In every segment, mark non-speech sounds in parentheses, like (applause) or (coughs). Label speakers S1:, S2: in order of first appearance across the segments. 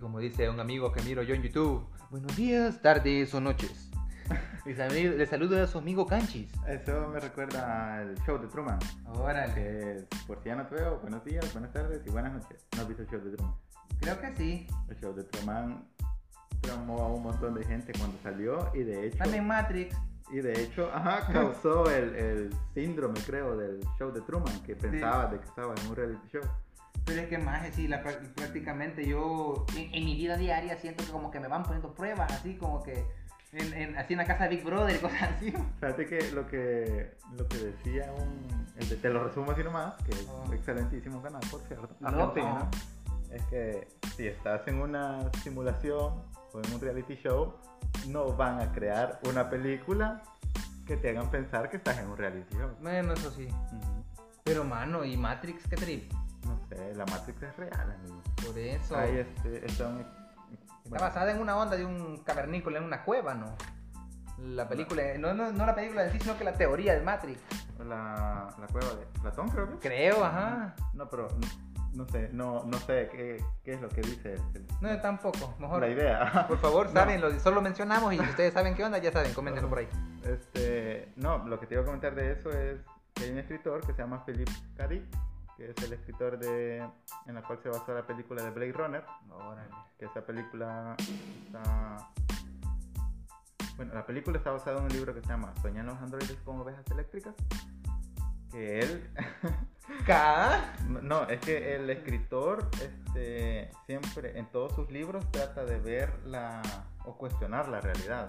S1: como dice un amigo que miro yo en YouTube, buenos días, tardes o (laughs) noches. Les ami- Les saluda a su amigo Canchis.
S2: Eso me recuerda al show de Truman.
S1: Órale.
S2: Que es, por si ya no te veo, buenos días, buenas tardes y buenas noches. ¿No has visto el show de Truman?
S1: Creo que sí.
S2: El show de Truman tramó a un montón de gente cuando salió y de hecho,
S1: También Matrix.
S2: y de hecho ajá, causó el, el síndrome, creo, del show de Truman, que pensaba de que estaba en un reality show.
S1: Pero es que más, sí, la prá- prácticamente yo en, en mi vida diaria siento que como que me van poniendo pruebas, así como que en, en- así en la casa de Big Brother y cosas así.
S2: Fíjate que lo que, lo que decía un... el de- te lo resumo así nomás, que es
S1: Ah.
S2: excelentísimo canal, por cierto.
S1: Loco.
S2: Argentino. Es que si estás en una simulación o en un reality show, no van a crear una película que te hagan pensar que estás en un reality show.
S1: (laughs) Bueno, eso sí. Pero mano, ¿y Matrix qué trip?
S2: No sé, la Matrix es real, amigo.
S1: Por eso.
S2: Ahí este, está un...
S1: Está basada en una onda de un cavernícola en una cueva, ¿no? La película, no, no, no la película en sí, sino que la teoría de Matrix.
S2: La, la cueva de Platón, creo que. es.
S1: Creo, ajá.
S2: No, pero no, no sé, no, no sé qué, qué es lo que dice el-
S1: No, yo tampoco. Mejor.
S2: la idea. (laughs)
S1: Por favor,
S2: No.
S1: sábenlo. Solo mencionamos y si ustedes saben qué onda, ya saben, coméntenlo
S2: (laughs)
S1: por ahí.
S2: Este, no, lo que te iba a comentar de eso es que hay un escritor que se llama Philip K. Dick, que es el escritor de, en la cual se basó la película de Blade Runner,
S1: Órale.
S2: que esa película está... Bueno, la película está basada en un libro que se llama ¿Soñan los androides con ovejas eléctricas? Que él... ah,
S1: ¿Ca?
S2: No, es que el escritor este, siempre en todos sus libros trata de ver la, o cuestionar la realidad.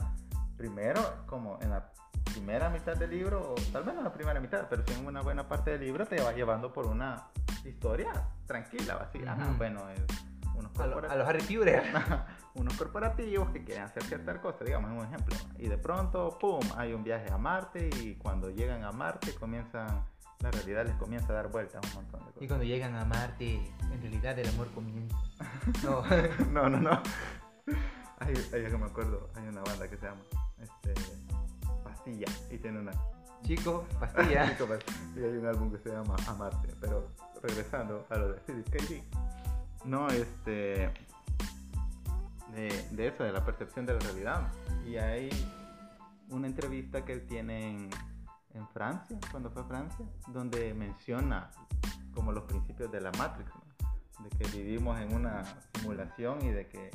S2: Primero, como en la primera mitad del libro, o tal vez no en la primera mitad, pero sí en una buena parte del libro te va llevando por una historia tranquila, vacía. Ajá,
S1: Ujú.
S2: Bueno, es unos,
S1: A, lo-
S2: corpora-
S1: a los Harry Potter.
S2: unos corporativos que quieren hacer ciertas cosas, digamos, es un ejemplo. Y de pronto, ¡pum!, hay un viaje a Marte y cuando llegan a Marte comienzan... La realidad les comienza a dar vueltas un montón de cosas.
S1: Y cuando llegan a Marte, en realidad el amor comienza.
S2: (laughs)
S1: No.
S2: No, no, no. Hay, hay algo que me acuerdo, hay una banda que se llama este, Pastilla y tiene una.
S1: Chico, pastilla.
S2: Chico, pues, Y hay un álbum que se llama Amarte. Pero regresando a lo de Philip K. Dick, No, este. De, de eso, de la percepción de la realidad. Y hay una entrevista que él tiene en, en Francia, cuando fue a Francia, donde menciona como los principios de la Matrix, ¿no? de que vivimos en una simulación y de que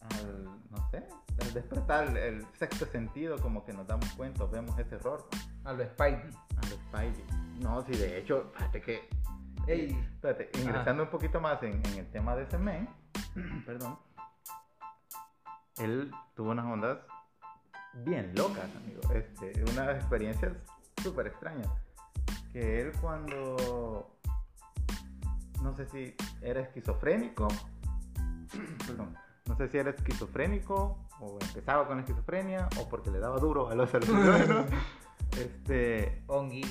S2: al, no sé, al despertar el sexto sentido como que nos damos cuenta, vemos ese error. ¿no?
S1: A los Spidey.
S2: A los Spidey. No, sí, de hecho, fíjate que.
S1: Ey.
S2: Espérate, ingresando un poquito más en, en el tema de ese men, (clears throat) perdón. Él tuvo unas ondas bien locas, amigo. Este, unas experiencias súper extrañas. Que él cuando. No sé si era esquizofrénico. (clears throat) perdón. No sé si era esquizofrénico o empezaba con la esquizofrenia o porque le daba duro a los (laughs) alucinógenos. este,
S1: Ongi.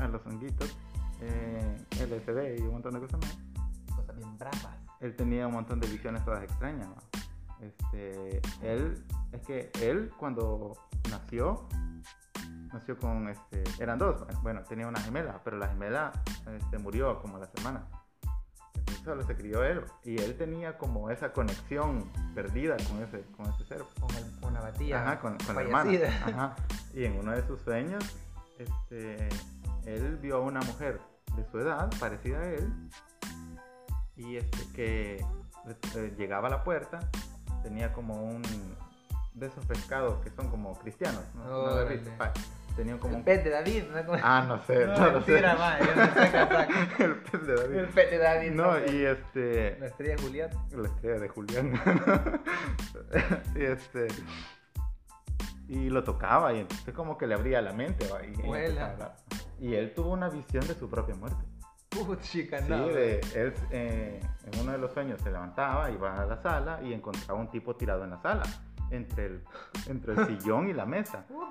S2: a los honguitos, eh, LSD y un montón de cosas más.
S1: Cosas bien bravas.
S2: Él tenía un montón de visiones todas extrañas. ¿no? Este, él, es que él cuando nació, nació con, este, eran dos, bueno, tenía una gemela, pero la gemela este, murió como a la semana. Entonces solo se crió él y él tenía como esa conexión perdida con ese, con ese ser.
S1: Con, el, con la batilla.
S2: Ajá, con, con la hermana.
S1: fallecida. (laughs)
S2: Ajá. Y en uno de sus sueños, este, él vio a una mujer de su edad, parecida a él, y este, que eh, llegaba a la puerta, tenía como un de esos pescados que son como cristianos, ¿no? ¿No lo
S1: Órale.
S2: has visto? Pa- Tenían como
S1: El
S2: un...
S1: pez de David. ¿no? Como-
S2: Ah, (laughs) no sé, no,
S1: no,
S2: lo sé.
S1: mentira, ma, yo no sé cantar.
S2: (laughs) El pez de David.
S1: El pez de David.
S2: No,
S1: sé.
S2: y este...
S1: La estrella de Julián.
S2: La estrella de Julián. (laughs) y este. Y lo tocaba, y entonces como que le abría la mente. ¿va? Y, y
S1: Huela.
S2: empezaba a hablar. Y él tuvo una visión de su propia muerte.
S1: Uh, chica,
S2: Sí,
S1: no.
S2: de- él eh, en uno de los sueños se levantaba, iba a la sala y encontraba un tipo tirado en la sala, entre el, entre
S1: (laughs)
S2: el sillón y la mesa.
S1: Uh,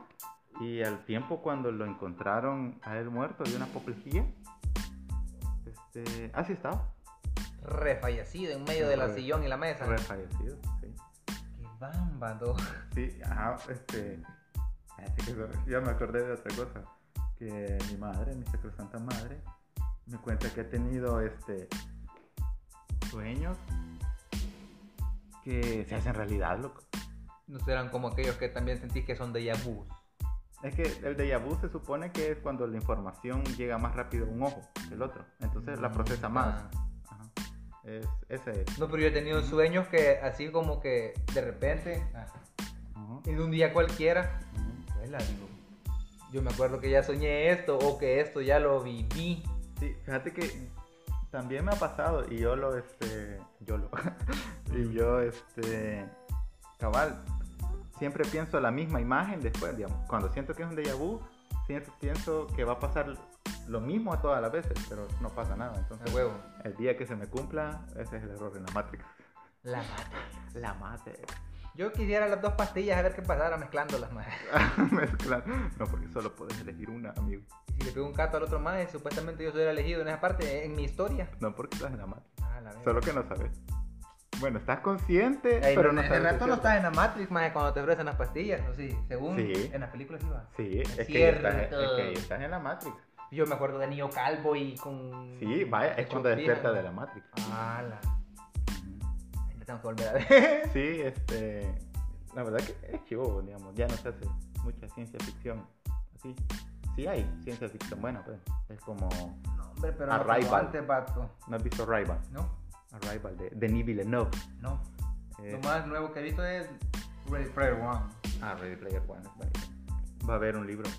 S2: Y al tiempo cuando lo encontraron a él muerto de una apoplejía, este, así estaba,
S1: refallecido en medio de la
S2: Re-
S1: sillón y la mesa.
S2: refallecido. Sí.
S1: Qué bámbado.
S2: Sí, ajá, este. fíjate que eso- Yo me acordé de otra cosa. Que mi madre, mi sacrosanta madre, me cuenta que ha tenido este. sueños que se hacen realidad, loco.
S1: (laughs) No serán como aquellos que también sentís que son de vu.
S2: Es que el déjà vu se supone que es cuando la información llega más rápido a un ojo que el otro. Entonces
S1: Mm,
S2: la procesa más. Ajá. Es, ese es.
S1: Ah. No, pero yo he tenido sueños que así como que de repente, ah,
S2: Ujú,
S1: en un día cualquiera,
S2: ujú.
S1: pues, la digo, yo me acuerdo que ya soñé esto o que esto ya lo viví.
S2: Sí, fíjate que también me ha pasado y yo lo, este, yo lo, (laughs) y yo, este, cabal, siempre pienso la misma imagen después, digamos, cuando siento que es un déjà vu, siento, pienso que va a pasar lo mismo a todas las veces, pero no pasa nada,
S1: A
S2: entonces,
S1: huevo.
S2: el día que se me cumpla, ese es el error en la Matrix.
S1: La mata.
S2: La (laughs) Matrix.
S1: Yo quisiera las dos pastillas a ver qué pasara mezclándolas más.
S2: Mezclar. No, porque solo puedes elegir una, amigo.
S1: Y (laughs) si le pego un cato al otro más, supuestamente yo soy el elegido en esa parte, en mi historia.
S2: No, porque estás en la Matrix.
S1: Ah, la verga.
S2: Solo que no sabes. Bueno, estás consciente,
S1: Ey,
S2: pero
S1: en-
S2: no
S1: en
S2: sabes.
S1: el rato
S2: si
S1: no
S2: es cierto.
S1: estás en la Matrix, más cuando te ofrecen las pastillas, ¿no? Sí, según
S2: Sí.
S1: en las películas iba.
S2: Sí,
S1: Es
S2: es, que ya estás, es
S1: cierto.
S2: que ya estás en la Matrix.
S1: Yo me acuerdo de niño calvo y con.
S2: Sí, vaya, es cuando
S1: chupija,
S2: despiertas
S1: ¿no?
S2: de la Matrix.
S1: ¡Hala! Ahí La tengo que volver a
S2: (laughs)
S1: ver.
S2: Sí, este. La verdad que es chivo, digamos. Ya no se hace mucha ciencia ficción. Así. Sí hay ciencia ficción buena, pues. Es como.
S1: No, hombre, pero no
S2: Arrival.
S1: como antes, vato.
S2: ¿No has visto Arrival?
S1: No,
S2: Arrival de Denis Villeneuve.
S1: no.
S2: Eh,
S1: Lo más nuevo que he visto es Ready Player One.
S2: Ah, Ready Player One. es bueno. Va a haber un libro. El-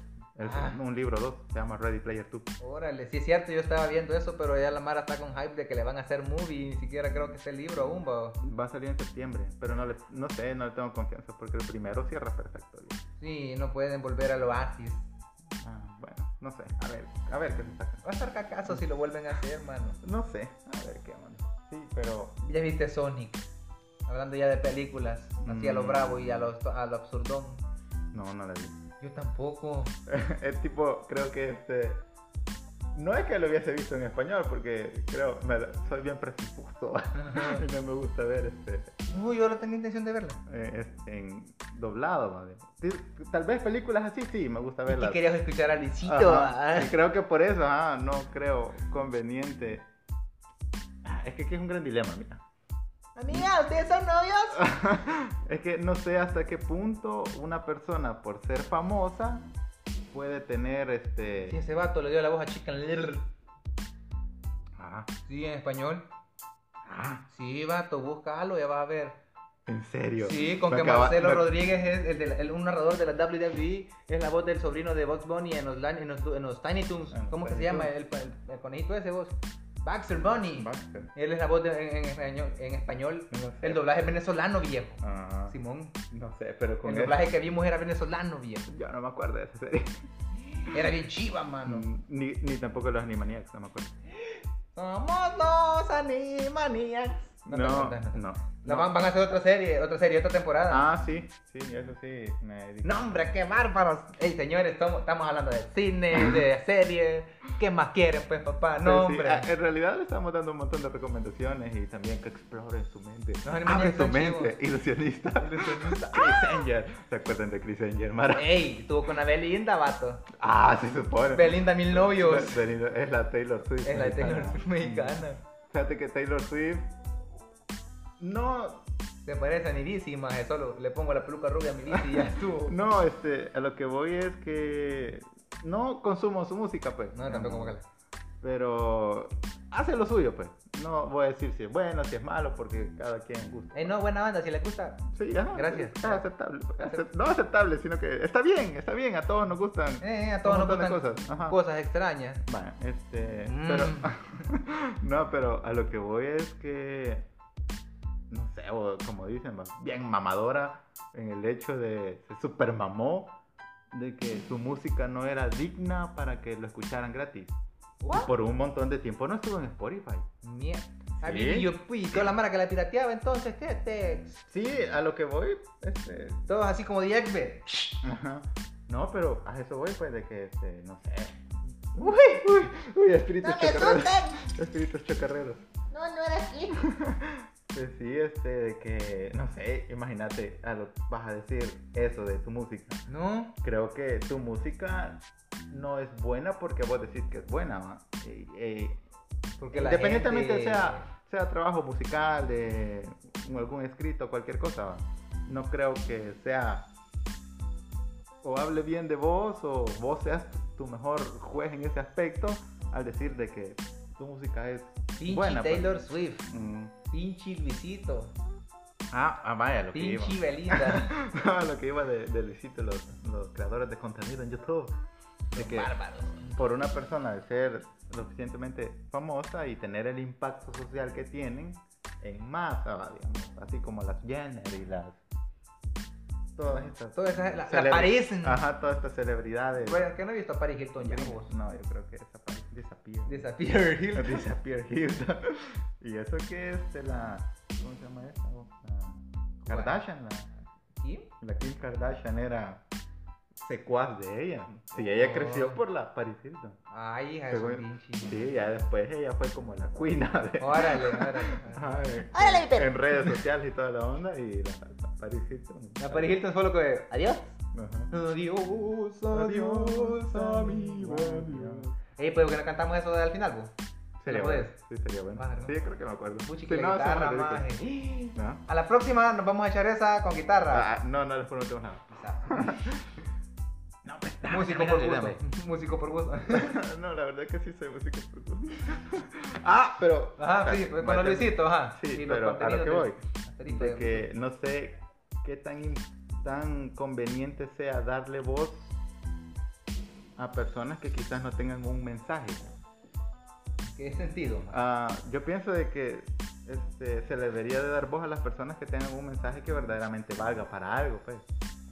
S1: Ah.
S2: Un libro 2. Se llama Ready Player 2.
S1: Órale, sí es cierto, yo estaba viendo eso, pero ya la Mara está con hype de que le van a hacer movie y ni siquiera creo que esté el libro aún, va.
S2: Va a salir en septiembre. Pero no, le, no sé, no le tengo confianza. Porque el primero cierra perfecto. ya.
S1: Sí, no pueden volver al oasis.
S2: Ah, bueno, no sé. A ver, a ver qué se saca.
S1: Va a estar cacazo si lo vuelven a hacer, mano.
S2: No sé. A ver qué onda. Sí, pero.
S1: Ya viste Sonic. Hablando ya de películas, así a lo
S2: Mm.
S1: bravo y a lo, a lo absurdón.
S2: No, no la vi. (laughs)
S1: Yo tampoco.
S2: es tipo, creo que este. No es que lo hubiese visto en español, porque creo, me la- soy bien presupuesto (laughs) y no me gusta ver este,
S1: Uy, yo no tengo intención de verla.
S2: eh, es- en doblado. más bien. Sí, Tal vez películas así, sí, me gusta
S1: Y
S2: verlas.
S1: querías escuchar a Luisito.
S2: Ajá,
S1: ah.
S2: y creo que por eso, ajá, no creo conveniente. Ah, Es que aquí es un gran dilema, mira.
S1: Amiga, ¿ustedes son novios?
S2: es que no sé hasta qué punto una persona, por ser famosa, puede tener
S1: Sí,
S2: este.
S1: ese vato le dio la voz a Chicken Little.
S2: Ah,
S1: Sí, en español.
S2: ah,
S1: Sí, vato, búscalo, ya vas a ver.
S2: en serio.
S1: Sí, con
S2: Me
S1: que
S2: acaba-
S1: Marcelo
S2: me-
S1: Rodríguez es el, de- el- un narrador de la WWE, es la voz del sobrino de Bugs Bunny en los, lan- en los, en los Tiny Toons.
S2: En los
S1: ¿Cómo que se
S2: Tiny
S1: llama
S2: Toons.
S1: el, el- el conejito ese voz? Baxter Bunny.
S2: Baxter.
S1: Él es la voz de- en, en español, en español.
S2: No sé.
S1: El doblaje es venezolano, viejo.
S2: Ah,
S1: Simón,
S2: No sé, pero con
S1: el
S2: él-
S1: doblaje que vimos era venezolano, viejo.
S2: Yo no me acuerdo de esa (laughs) serie. Mm,
S1: Era bien chiva,
S2: Ah,
S1: mano.
S2: Ni, ni tampoco los Animaniacs, no me acuerdo.
S1: Somos los Animaniacs. No, te acordás, no te-
S2: no.
S1: La
S2: no.
S1: Van, van a hacer otra serie, otra serie, otra temporada.
S2: Ah, sí, sí, eso sí. Me
S1: No, hombre, qué bárbaros. Ey, señores, estamos, estamos hablando de cine,
S2: (laughs)
S1: de serie. ¿Qué más quieren, pues, papá? No,
S2: Pues sí,
S1: hombre.
S2: a- en realidad le estamos dando un montón de recomendaciones y también que exploren su mente.
S1: animales
S2: Abre su
S1: están
S2: mente,
S1: chivos.
S2: ilusionista. (laughs) Chris Angel. ¿Se acuerdan de Chris Angel, Mara?
S1: Ey, estuvo con la Belinda, vato.
S2: Ah, sí, supone.
S1: Belinda, mil novios.
S2: (laughs) Be- Belinda, Es la Taylor Swift.
S1: Es la de Taylor
S2: mexicana.
S1: Swift mexicana.
S2: Fíjate que Taylor Swift. No,
S1: Se parece a mi bici, maje, solo le pongo la peluca rubia a mi bici y ya estuvo.
S2: (laughs)
S1: No,
S2: no, este, a lo que voy es que. No consumo su música, pues.
S1: tampoco como que la...
S2: Pero hace lo suyo, pues. No voy a decir si es bueno, si es malo, porque cada quien gusta.
S1: Ey, no, buena banda, si les gusta.
S2: Sí, ajá,
S1: Gracias.
S2: Es aceptable. pues, Acep- no aceptable, sino que está bien, está bien, a todos nos gustan.
S1: Eh, eh, a todos nos
S2: Un montón de
S1: gustan cosas,
S2: cosas, ajá.
S1: extrañas.
S2: Bueno, este,
S1: Mm.
S2: pero (laughs) no, pero a lo que voy es que no sé, o como dicen, va, bien mamadora en el hecho de se super mamó de que su música no era digna para que lo escucharan gratis. Y por un montón de tiempo no estuvo en Spotify.
S1: Mierda. A
S2: ¿Sí?
S1: mí, y yo, uy, toda la mara que la pirateaba, entonces, ¿qué? Este,
S2: Sí, a lo que voy, este,
S1: todos así como Diegbe.
S2: Ajá. No, pero a eso voy, pues, de que, este, no sé. Uy, uy, uy, espíritus chocarreros. Espíritus chocarreros.
S3: No, no era aquí.
S2: (laughs) Pues sí, este, de que, no sé, imagínate, a lo- vas a decir eso de tu música.
S1: No,
S2: Creo que tu música no es buena porque vos decís que es buena, ¿va? Eh, eh,
S1: Porque la
S2: Independientemente
S1: gente-
S2: sea, sea trabajo musical, de algún escrito, cualquier cosa, va. no creo que sea o hable bien de vos o vos seas tu mejor juez en ese aspecto al decir de que tu música es
S1: Pinche
S2: buena. pues.
S1: Taylor Swift,
S2: Mm.
S1: pinche Luisito,
S2: Ah, ah, vaya, lo que iba.
S1: pinche
S2: (laughs)
S1: Belinda.
S2: Ah, lo que iba de, de Luisito, los, los creadores de contenido en YouTube. De que
S1: Bárbaros.
S2: por una persona de ser lo suficientemente famosa y tener el impacto social que tienen en masa, va, digamos, así como las Jenner y las. Todas estas.
S1: Todas esas, las
S2: celebra-
S1: aparecen.
S2: Ajá, todas estas celebridades.
S1: Bueno, que no he visto a Paris Hilton ya, vos.
S2: no, yo creo que desapare- disappear.
S1: Disappear Hilton.
S2: (laughs) Disappear Hilton. y eso que es de la. ¿Cómo se llama esta? La Kardashian, la.
S1: ¿Kim?
S2: La Kim Kardashian era secuaz de ella. Sí, ella
S1: Oh.
S2: creció por la Paris Hilton.
S1: Ay, hija de su
S2: Según-
S1: pinche.
S2: Sí, ya después ella fue como la (laughs) cuina de...
S1: Órale, órale. órale.
S2: Ajá, de-
S3: Órale, mi perro.
S2: En redes sociales y toda la onda y la, la Paris Hilton.
S1: La Paris Hilton solo que.
S3: Adiós.
S2: Ajá.
S1: Adiós,
S2: Adiós, amigo, adiós.
S1: Ey, pero que no cantamos eso al final, vos.
S2: Sería
S1: ¿La
S2: bueno.
S1: puedes?
S2: Sí, sería bueno.
S1: Baja, ¿no?
S2: Sí, creo que me acuerdo.
S1: Puchi,
S2: Sí,
S1: que la
S2: no,
S1: guitarra,
S2: sí, me acuerdo.
S1: maje.
S2: ¿No?
S1: A la próxima nos vamos a echar esa con guitarra.
S2: Ah, no, no, después no tengo nada. No, pues, dame,
S1: Músico
S2: dame,
S1: por gusto.
S2: dame.
S1: (laughs) Músico por gusto.
S2: No, la verdad que sí soy músico profesional. Ah, pero...
S1: Ajá, sí, con
S2: Vaya,
S1: lo Luisito, ajá.
S2: Sí,
S1: Y los
S2: pero a lo
S1: contenidos
S2: que
S1: de-
S2: voy.
S1: Asterito,
S2: de que no sé qué tan, im- tan conveniente sea darle voz a personas que quizás no tengan un mensaje.
S1: ¿Qué sentido?
S2: Ah, yo pienso de que este, se le debería de dar voz a las personas que tengan un mensaje que verdaderamente valga para algo, pues.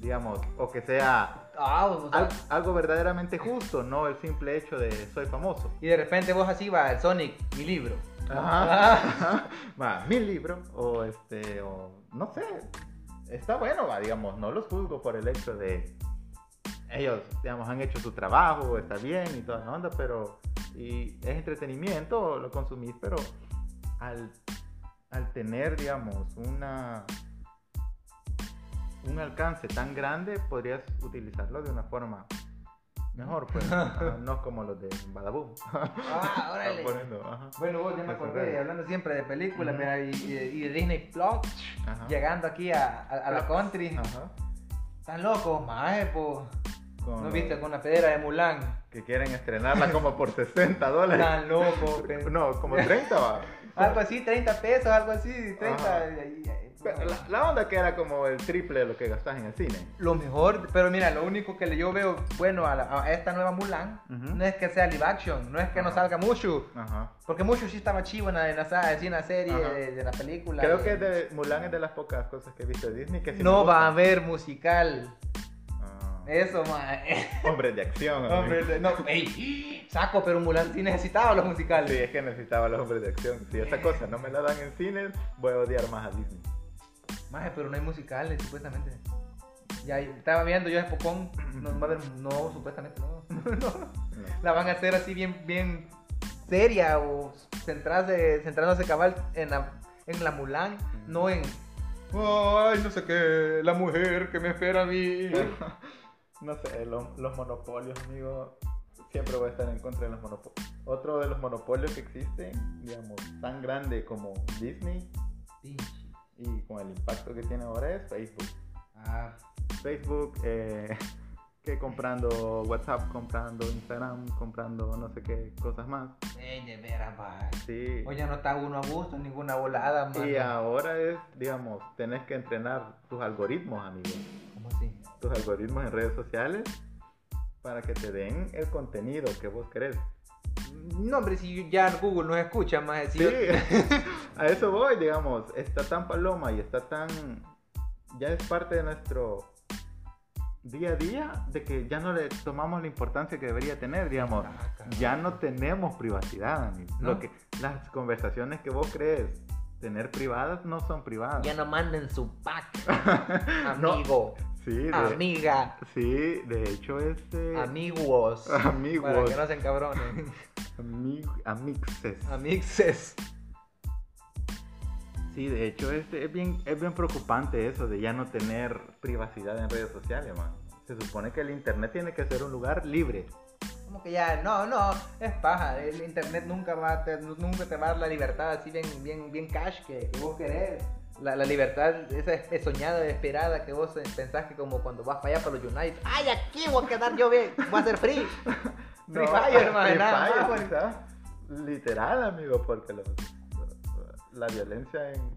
S2: Digamos, o que sea
S1: Ah, o sea,
S2: al- algo verdaderamente justo, no el simple hecho de soy famoso.
S1: y de repente vos así va el Sonic, mi libro.
S2: Ajá. Ah. (laughs) Va, mi libro, o este, o no sé, está bueno, va, digamos, no los juzgo por el hecho de ellos, digamos, han hecho su trabajo, está bien y toda la onda, pero y es entretenimiento, lo consumís, pero al, al tener, digamos, una un alcance tan grande, podrías utilizarlo de una forma mejor, pues, ajá, no como los de Badaboom. (laughs)
S1: Ah, órale.
S2: Poniendo, ajá.
S1: Bueno, vos ya me
S2: Pues,
S1: acordé,
S2: ok.
S1: hablando siempre de películas
S2: Ujú. Ah.
S1: mira, y, y- y de Disney Plus,
S2: Ajá.
S1: llegando aquí a, a-
S2: Ah.
S1: a la country.
S2: Ajá.
S1: Están locos, mae, po.
S2: Con
S1: ¿No
S2: los
S1: viste con una pedera de Mulan?
S2: Que quieren estrenarla como por 60 dólares.
S1: Están locos, pe.
S2: (laughs) No, como 30 va.
S1: Algo así, 30 pesos, algo así, 30.
S2: Ajá.
S1: y- pues, y- y-
S2: Pero La, la onda que era como el triple de lo que gastas en el cine.
S1: Lo mejor, pero mira, lo único que yo veo bueno a, la- a esta nueva Mulan
S2: Ujú.
S1: no es que sea live action, no es que no
S2: Ajá.
S1: salga Mushu,
S2: Ajá.
S1: porque Mushu sí estaba chivo en la, en la, sa- así en la serie,
S2: Ajá.
S1: de, de la película.
S2: Creo
S1: de-
S2: que de Mulan es de las pocas cosas que he visto de Disney que sí
S1: No
S2: me
S1: va a
S2: gustan.
S1: haber musical.
S2: Ah.
S1: Eso, (laughs) mae.
S2: Hombre de acción. amigo.
S1: Hombre, no, ey, saco, pero Mulan sí necesitaba los musicales.
S2: Sí, es que necesitaba los hombres de acción. Si esa cosa no me la dan en cines, voy a odiar más a Disney.
S1: Maje, pero no hay musicales, supuestamente. Ya estaba viendo yo a Spocón. No, va a haber- no, supuestamente no. No.
S2: No.
S1: La van a hacer así bien, bien seria o centrarse, centrándose cabal en la, en la Mulan, no en. Ay, no sé qué, la mujer que me espera a mí.
S2: No sé, lo- los monopolios, amigo, siempre voy a estar en contra de los monopolios. Otro de los monopolios que existen, digamos, tan grande como Disney
S1: Pinche.
S2: y con el impacto que tiene ahora es Facebook.
S1: Ah,
S2: Facebook, eh, (laughs) que comprando WhatsApp, comprando Instagram, comprando no sé qué cosas más.
S1: ey, de veras, maje.
S2: Sí.
S1: Hoy ya no está uno a gusto, ninguna volada,
S2: Y
S1: maje.
S2: ahora es, digamos, tenés que entrenar tus algoritmos, amigo.
S1: ¿Cómo así?
S2: Tus algoritmos en redes sociales para que te den el contenido que vos querés.
S1: No, hombre, si ya Google nos escucha, maje. Si
S2: Sí,
S1: yo- (laughs)
S2: (laughs) a eso voy, digamos. Está tan paloma y está tan. Ya es parte de nuestro día a día de que ya no le tomamos la importancia que debería tener, digamos.
S1: Ah, cabrón.
S2: Ya no tenemos privacidad, amigo.
S1: No.
S2: Lo que, las conversaciones que vos crees tener privadas no son privadas.
S3: Ya no manden su pack.
S1: (laughs)
S2: No.
S3: Amigo.
S2: Sí, de,
S3: Amiga.
S2: sí, de hecho, este.
S1: Amigos. Para
S2: (laughs) Amigos,
S1: que no sean (laughs) cabrones.
S2: ami- amixes.
S1: Amixes.
S2: Sí, de hecho este, es, bien, es bien preocupante eso de ya no tener privacidad en redes sociales, man. Se supone que el Internet tiene que ser un lugar libre,
S1: Como que ya, no, no, es paja. El internet nunca va te, nunca te va a dar la libertad así bien, bien, bien cash que, que vos querés. La, la libertad esa es- es soñada, esperada, que vos pensás que como cuando vas para allá para los United, ay, aquí voy a quedar yo bien, voy a ser free. Free Fire, man,
S2: Free
S1: nada
S2: Fire,
S1: más, güey.
S2: quizá. Literal, amigo, porque los- la violencia en.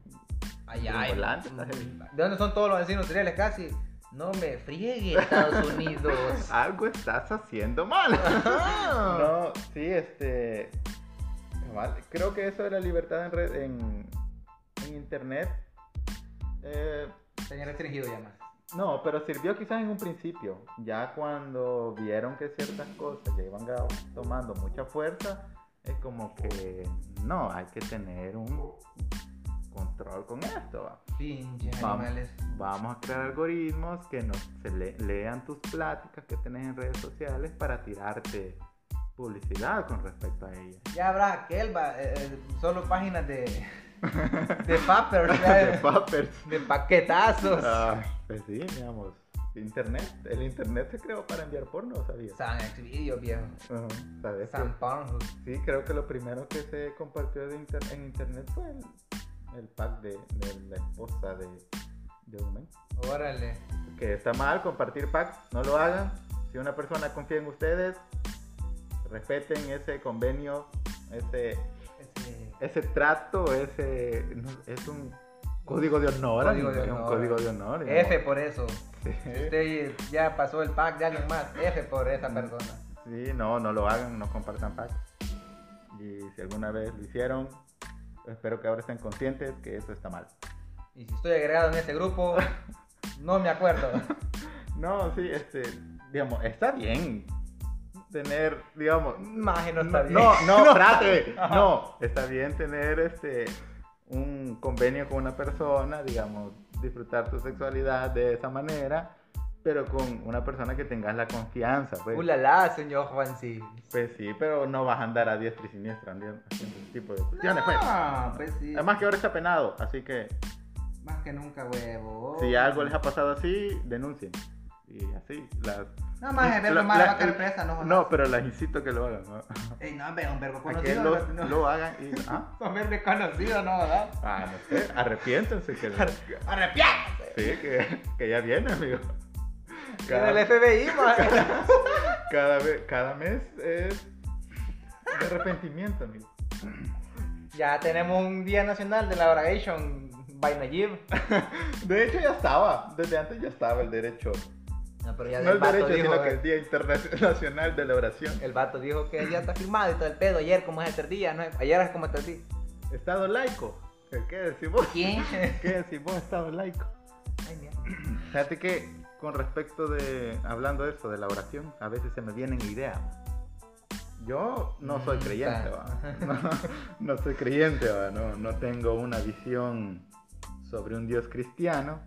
S3: Ay,
S2: en
S3: ay.
S2: Volante, está heavy.
S1: Mm. ¿De dónde son todos los vecinos seriales casi? No me friegue, Estados Unidos.
S2: (laughs) Algo estás haciendo mal. (laughs) No, sí, este. cabal, Creo que eso de la libertad en red, en, en internet. eh,
S1: Tenía restringido ya más.
S2: no, pero sirvió quizás en un principio. Ya cuando vieron que ciertas cosas ya iban ga- tomando mucha fuerza, es como que no, hay que tener un control con esto. ¿va?
S1: Pinche
S2: Vamos.
S1: animales.
S2: Vamos a crear algoritmos que nos se le- lean tus pláticas que tenés en redes sociales para tirarte publicidad con respecto a ella.
S1: Ya habrá aquel, va, eh, eh, solo páginas de.
S2: (laughs)
S1: de papers, ya,
S2: De (laughs)
S1: de,
S2: papers.
S1: de paquetazos.
S2: Ah, pues sí, digamos. Internet. El internet se creó para enviar porno, ¿sabías?
S1: San Xvideo, viejo.
S2: Ajá, ¿Sabes?
S1: San Pornhub.
S2: Sí, creo que lo primero que se compartió de inter- en internet fue el, el pack de, de la esposa de, de un men.
S1: Órale.
S2: que está mal compartir packs, no lo hagan. Si una persona confía en ustedes, respeten ese convenio, ese,
S1: Este,
S2: ese trato, ese no, es un código de honor,
S1: Código de
S2: amigo, es un
S1: honor.
S2: código de honor.
S1: F
S2: digamos.
S1: por eso. Si usted ya pasó el pack de alguien más, F por
S2: Mm.
S1: esa persona.
S2: Sí, no, no lo hagan, no compartan packs. Y si alguna vez lo hicieron, espero que ahora estén conscientes que eso está mal.
S1: Y si estoy agregado en ese
S2: (laughs)
S1: grupo, no me acuerdo.
S2: No, sí, este, digamos, está bien tener, digamos,
S1: Más que (laughs) no está
S2: No,
S1: bien.
S2: no, no, espérate. No, está bien tener este un convenio con una persona, digamos, disfrutar tu sexualidad de esa manera, pero con una persona que tengas la confianza, pues.
S1: Ulala, señor Juancis.
S2: Pues sí, pero no vas a andar a diestra y siniestra haciendo ese tipo de cuestiones, pues.
S1: Ah, pues sí.
S2: Además que ahora está penado, así que
S1: Más que nunca, huevo.
S2: si algo les ha pasado así, denuncien. Y así, las...
S1: No, más es
S2: la-
S1: verbo malo,
S2: la-
S1: va a caer presa, no.
S2: No, pero las incito a que lo hagan, ¿no?
S1: Ey, no, hombre, un verbo
S2: A que
S1: conocido.
S2: lo,
S1: no, no.
S2: lo hagan y... ¿ah?
S1: Un verbo conocido, no, ¿verdad?
S2: Ah, no sé, arrepiéntense que...
S1: ¡Arrepiéntase!
S2: Sí, que, que ya viene, amigo.
S1: Del
S2: (laughs) Cada,
S1: FBI, man.
S2: cada, ve- cada mes es de arrepentimiento, amigo.
S1: (laughs) Ya tenemos un Día Nacional de la Oration by Najib.
S2: De hecho, ya estaba. Desde antes ya estaba el derecho.
S1: No, pero ya
S2: No
S1: el
S2: el
S1: vato
S2: derecho, sino
S1: dijo...
S2: que el Día Internacional de la Oración.
S1: El vato dijo que ya está firmado y todo el pedo. Ayer, como es el tercer día, no es- ayer es como el tercer día.
S2: Estado laico. ¿Qué decimos?
S1: ¿Quién?
S2: ¿Qué decimos, Estado laico?
S1: Ay, mierda.
S2: Fíjate que con respecto de, hablando de eso, de la oración, a veces se me vienen ideas. Yo no soy
S1: Mm,
S2: creyente,
S1: pa.
S2: va.
S1: (laughs)
S2: No, no soy creyente, va. No, no tengo una visión sobre un dios cristiano.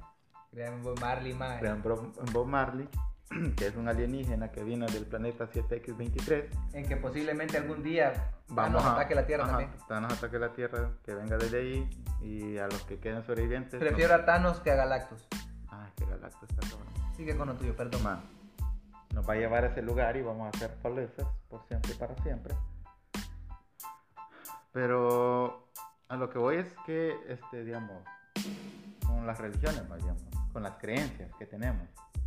S1: Crean Bob Marley, man.
S2: Crean Bro- Bob Marley, (clears throat) que es un alienígena que vino del planeta 7X23.
S1: En que posiblemente algún día vamos a ataque la Tierra
S2: ajá,
S1: también.
S2: Thanos ataque la Tierra, que venga desde ahí y a los que queden sobrevivientes.
S1: Prefiero a Thanos que a Galactus.
S2: Ay, que Galactus está cabrón.
S1: Sigue con lo tuyo, perdón.
S2: Toma, nos va a llevar a ese lugar y vamos a hacer pobrezas por siempre y para siempre. Pero a lo que voy es que, este, digamos, con las religiones, ¿no? digamos, con las creencias que tenemos,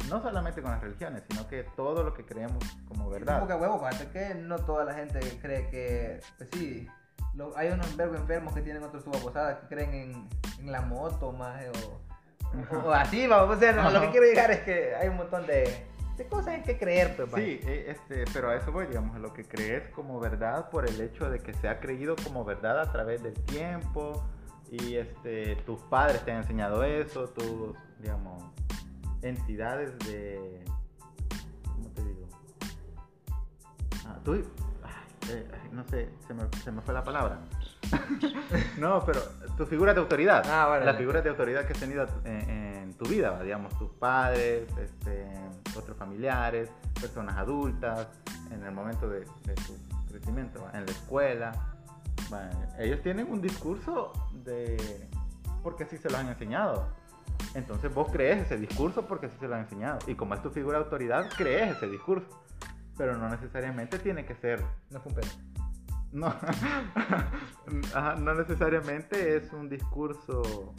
S2: no solamente con las religiones, sino que todo lo que creemos como
S1: Un poco
S2: verdad.
S1: de huevo, fíjate que no toda la gente cree que. Pues sí, lo- hay unos verbos enfermos que tienen otros subaposadas que creen en, en la moto, más, eh, o, o, o así, vamos. O sea, lo que
S2: Ajá.
S1: quiero llegar es que hay un montón de, de cosas en que creer, pues, va.
S2: Sí, eh, este, pero a eso voy, digamos, a lo que crees como verdad por el hecho de que se ha creído como verdad a través del tiempo y este, tus padres te han enseñado eso, tus, digamos, entidades de... ¿Cómo te digo? Ah, tú... ay, eh, ay, no sé, se me, se me fue la palabra. (laughs) no, pero tus figuras de autoridad.
S1: Ah, bueno,
S2: las
S1: ya.
S2: figuras de autoridad que has tenido en, en tu vida, ¿va? digamos, tus padres, este, otros familiares, personas adultas, en el momento de, de tu crecimiento, ¿va? en la escuela. ¿va? Ellos tienen un discurso de... porque así se lo han enseñado. Entonces vos crees ese discurso porque así se lo han enseñado. Y como es tu figura de autoridad, crees ese discurso. pero no necesariamente tiene que ser.
S1: No fue un pedo.
S2: No, (laughs) Ajá, no necesariamente es un discurso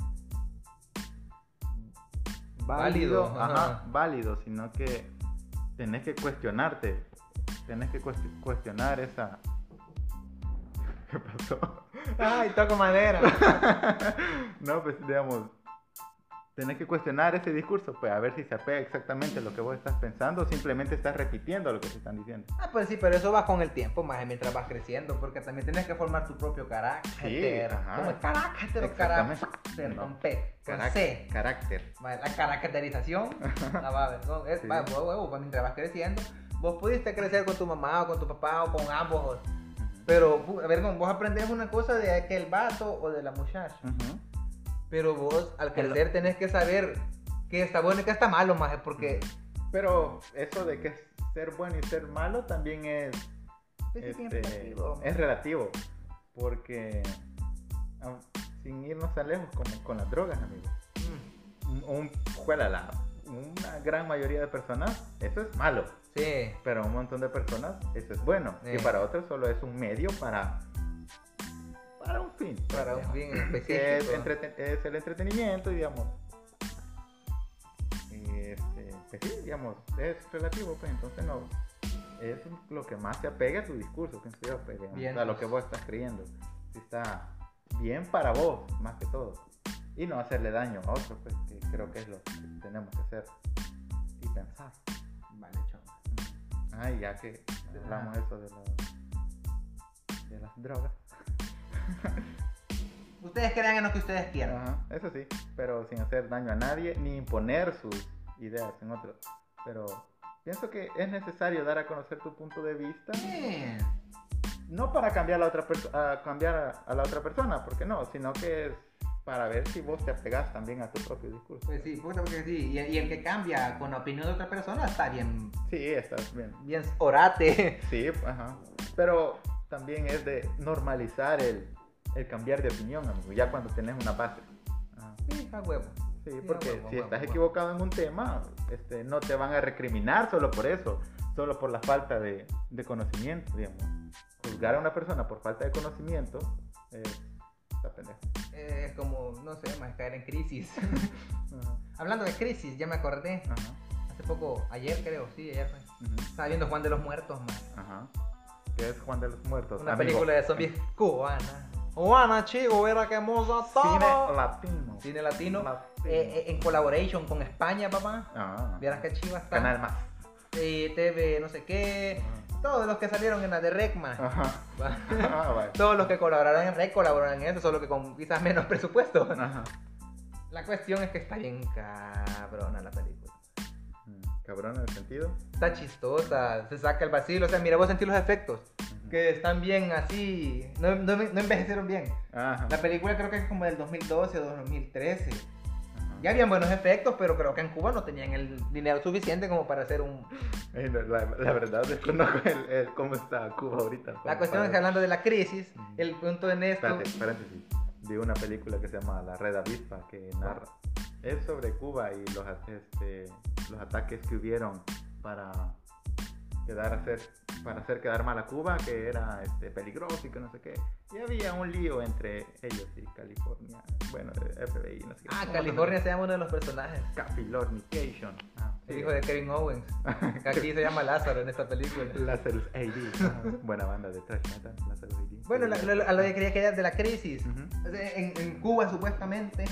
S2: válido,
S1: Válido,
S2: ajá,
S1: ajá.
S2: válido, sino que tenés que cuestionarte, tenés que cuest- cuestionar esa. (laughs) ¿Qué pasó?
S1: Ay, toco madera.
S2: no, pues digamos, tenés que cuestionar ese discurso, pues a ver si se apega exactamente a lo que vos estás pensando o simplemente estás repitiendo lo que te están diciendo.
S1: (laughs) Ah, pues sí, pero eso va con el tiempo, más mientras vas creciendo, porque también tienes que formar tu propio carácter.
S2: Sí, ajá.
S1: Como el carácter,
S2: Exactamente.
S1: carácter,
S2: No.
S1: con P, con
S2: Carac-
S1: C.
S2: Carácter.
S1: Ma, La caracterización la va a ver, ¿no? Es,
S2: Sí.
S1: va, huevo, huevo, va mientras vas creciendo. Vos pudiste crecer con tu mamá o con tu papá o con ambos, pero, pu- a ver, no, vos aprendés una cosa de aquel vato o de la muchacha.
S2: Ujú.
S1: Pero vos, al
S2: Mm. Pero-
S1: crecer, tenés que saber qué está bueno y qué está malo, más porque...
S2: Mm. Pero eso de que es ser bueno y ser malo también es,
S1: Pues sí, bien
S2: este,
S1: relativo.
S2: es relativo. Porque am- sin irnos tan lejos como con las drogas, amigos.
S1: Mm,
S2: Un, un- juélala, una gran mayoría de personas eso es malo.
S1: Sí.
S2: Pero un montón de personas eso es bueno.
S1: Eh.
S2: Y para otros solo es un medio para... Para un fin.
S1: Para un fin
S2: que (laughs) es,
S1: específico.
S2: entreten- es el entretenimiento, y, digamos. Este, pues sí, digamos, es relativo, pues entonces no. Es lo que más se apega a tu discurso, pienso yo, pues, digamos,
S1: Bien,
S2: a lo
S1: pues.
S2: que vos estás creyendo. Si está bien para vos, más que todo. Y no hacerle daño a otros, pues, que creo que es lo que tenemos que hacer y pensar.
S1: Vale, chao.
S2: Ah, y ya que hablamos eso de, la- de las drogas.
S1: Ustedes crean en lo que ustedes quieran.
S2: Ajá, eso sí, pero sin hacer daño a nadie ni imponer sus ideas en otros. Pero pienso que es necesario dar a conocer tu punto de vista,
S1: Bien.
S2: no para cambiar, a la otra perso- a, cambiar a, a la otra persona, porque no, sino que es para ver si vos te apegas también a tu propio discurso.
S1: Pues sí, puta, porque sí. Y, y el que cambia con la opinión de otra persona está bien.
S2: Sí, estás bien.
S1: Bien orate.
S2: Sí, ajá. Pero también es de normalizar el, el cambiar de opinión, amigo, ya cuando tenés una base. Ajá.
S1: Sí, a huevo.
S2: Sí,
S1: Sí,
S2: porque
S1: a huevo, a
S2: si
S1: huevo,
S2: estás
S1: a huevo.
S2: equivocado en un tema, este, no te van a recriminar solo por eso, solo por la falta de, de conocimiento, digamos. Juzgar a una persona por falta de conocimiento eh, está pendejo.
S1: Eh, es como, no sé, más caer en crisis. (laughs) Hablando de crisis, ya me acordé.
S2: Ajá,
S1: Hace poco, ayer creo, sí, ayer fue.
S2: ujú,
S1: Estaba viendo Juan de los Muertos, man.
S2: ajá. ¿Qué es Juan de los Muertos?
S1: Una
S2: amigo? Eh.
S1: película de zombies cubana. Cubana, chico, era que hermosa
S2: Cine
S1: estaba.
S2: latino.
S1: Cine latino.
S2: Latino.
S1: eh, eh, en collaboration con España, papá.
S2: Ajá.
S1: Vieras qué chiva está.
S2: Ah. Canal más.
S1: Eh, TV, no sé qué. Todos los que salieron en la de Recma.
S2: Ajá.
S1: (laughs)
S2: Ah, vale.
S1: Todos los que colaboraron en Rec colaboraron en eso, solo que con quizás menos presupuesto.
S2: Ajá.
S1: La cuestión es que está bien cabrona la película.
S2: Mm, Cabrón en el sentido.
S1: Está chistosa, se saca el vacilo. O sea, mira, vos sentís los efectos
S2: Ujú.
S1: que están bien así. No, no- no envejecieron bien.
S2: Ajá.
S1: La película creo que es como del 2012 o 2013.
S2: Ajá.
S1: Ya habían buenos efectos, pero creo que en Cuba no tenían el dinero suficiente como para hacer un,
S2: Eh, no, La, la verdad desconozco el, el cómo está Cuba ahorita.
S1: La cuestión es que hablando de la crisis,
S2: Ujú.
S1: el punto en esto.
S2: Espérate, paréntesis. Vi una película que se llama La Red Avispa que narra. Es sobre Cuba y los, a- este, los ataques que hubieron para quedar hacer, para hacer quedar mal a Cuba, que era este, peligroso y que no sé qué. Y había un lío entre ellos y California. Bueno, eh, FBI, no sé qué.
S1: Ah,
S2: Un
S1: California
S2: montón
S1: se llama uno de los personajes.
S2: de- Californication. Ah,
S1: El
S2: sí.
S1: hijo de Kevin
S2: (laughs)
S1: Owens. que Aquí se llama Lázaro en esta película.
S2: Lazarus AD. Ah, (laughs) Buena banda de trash metal. Lazarus AD.
S1: Bueno, la- lo- a lo que quería quedar de la crisis.
S2: Ujú.
S1: O sea, En, en Cuba, supuestamente,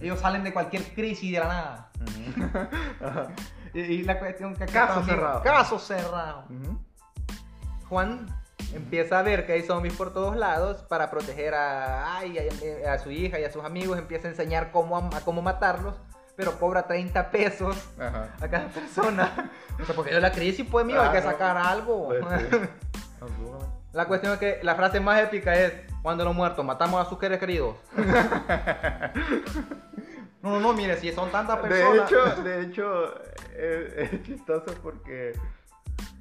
S1: ellos salen de cualquier crisis de la nada. (laughs)
S2: Ujú. Ajá.
S1: Y, y la cuestión que acá
S2: Caso
S1: estamos-
S2: cerrado.
S1: Caso cerrado.
S2: Ujú.
S1: Juan empieza a ver que hay zombies por todos lados para proteger a, ay, a, a su hija y a sus amigos. Empieza a enseñar cómo, am- a cómo matarlos, pero cobra 30 pesos.
S2: Ajá.
S1: a cada persona. (laughs) O sea, porque yo la crisis, pues mío, hay
S2: Ah,
S1: que
S2: no.
S1: sacar algo.
S2: Pues, sí. (laughs) Ajá.
S1: La cuestión es que la frase más épica es, cuando los muertos matamos a sus seres queridos.
S2: (laughs)
S1: No, no, no, mire, si son tantas
S2: De
S1: personas.
S2: hecho, de hecho eh, es, es chistoso porque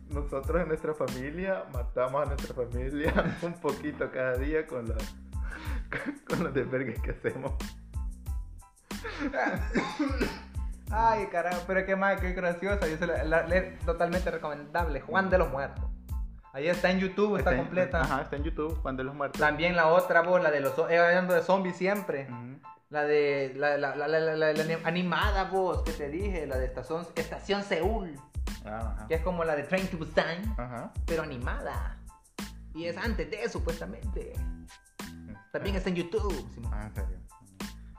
S2: nosotros en nuestra familia matamos a nuestra familia (laughs) un poquito cada día con (laughs) los con los desvergues que hacemos.
S1: Ay, carajo, pero qué más, qué graciosa. Yo se la, la- la- es totalmente recomendable. Juan de los Muertos. Ahí está en YouTube, está,
S2: en-
S1: completa.
S2: Ajá, está en YouTube, Juan de los Muertos.
S1: También la otra, vos, la de los zo- eh, hablando de zombies siempre.
S2: Ujú.
S1: La de la, la, la, la, la- la- la animada, vos, que te dije, la de Estación, Estación Seúl,
S2: Ah, ajá.
S1: que es como la de Train to Busan,
S2: Ajá.
S1: pero animada. Y es antes de, supuestamente. También está en YouTube. Simón.
S2: Ah, en serio.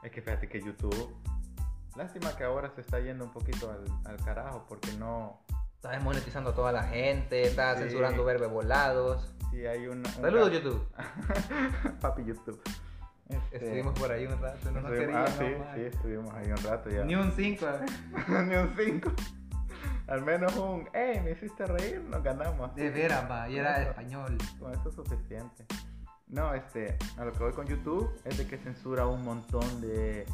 S2: Es que fíjate que YouTube. Lástima que ahora se está yendo un poquito al, al carajo porque no.
S1: Está desmonetizando a toda la gente, está
S2: Sí.
S1: censurando verbes volados.
S2: Si hay una. un Ah,
S1: Saludos,
S2: ca-
S1: YouTube.
S2: Papi YouTube. Este,
S1: Estuvimos por ahí un rato, no nos
S2: estuvimos-
S1: querían,
S2: ah,
S1: no,
S2: sí,
S1: man.
S2: sí, estuvimos ahí un rato ya.
S1: Ni un ah, 5.
S2: (laughs) Ni un 5. Al menos un, hey, me hiciste reír, nos ganamos.
S1: De veras, pa, y era de español.
S2: Con eso es suficiente. No, este, a lo que voy con YouTube es de que censura un montón de,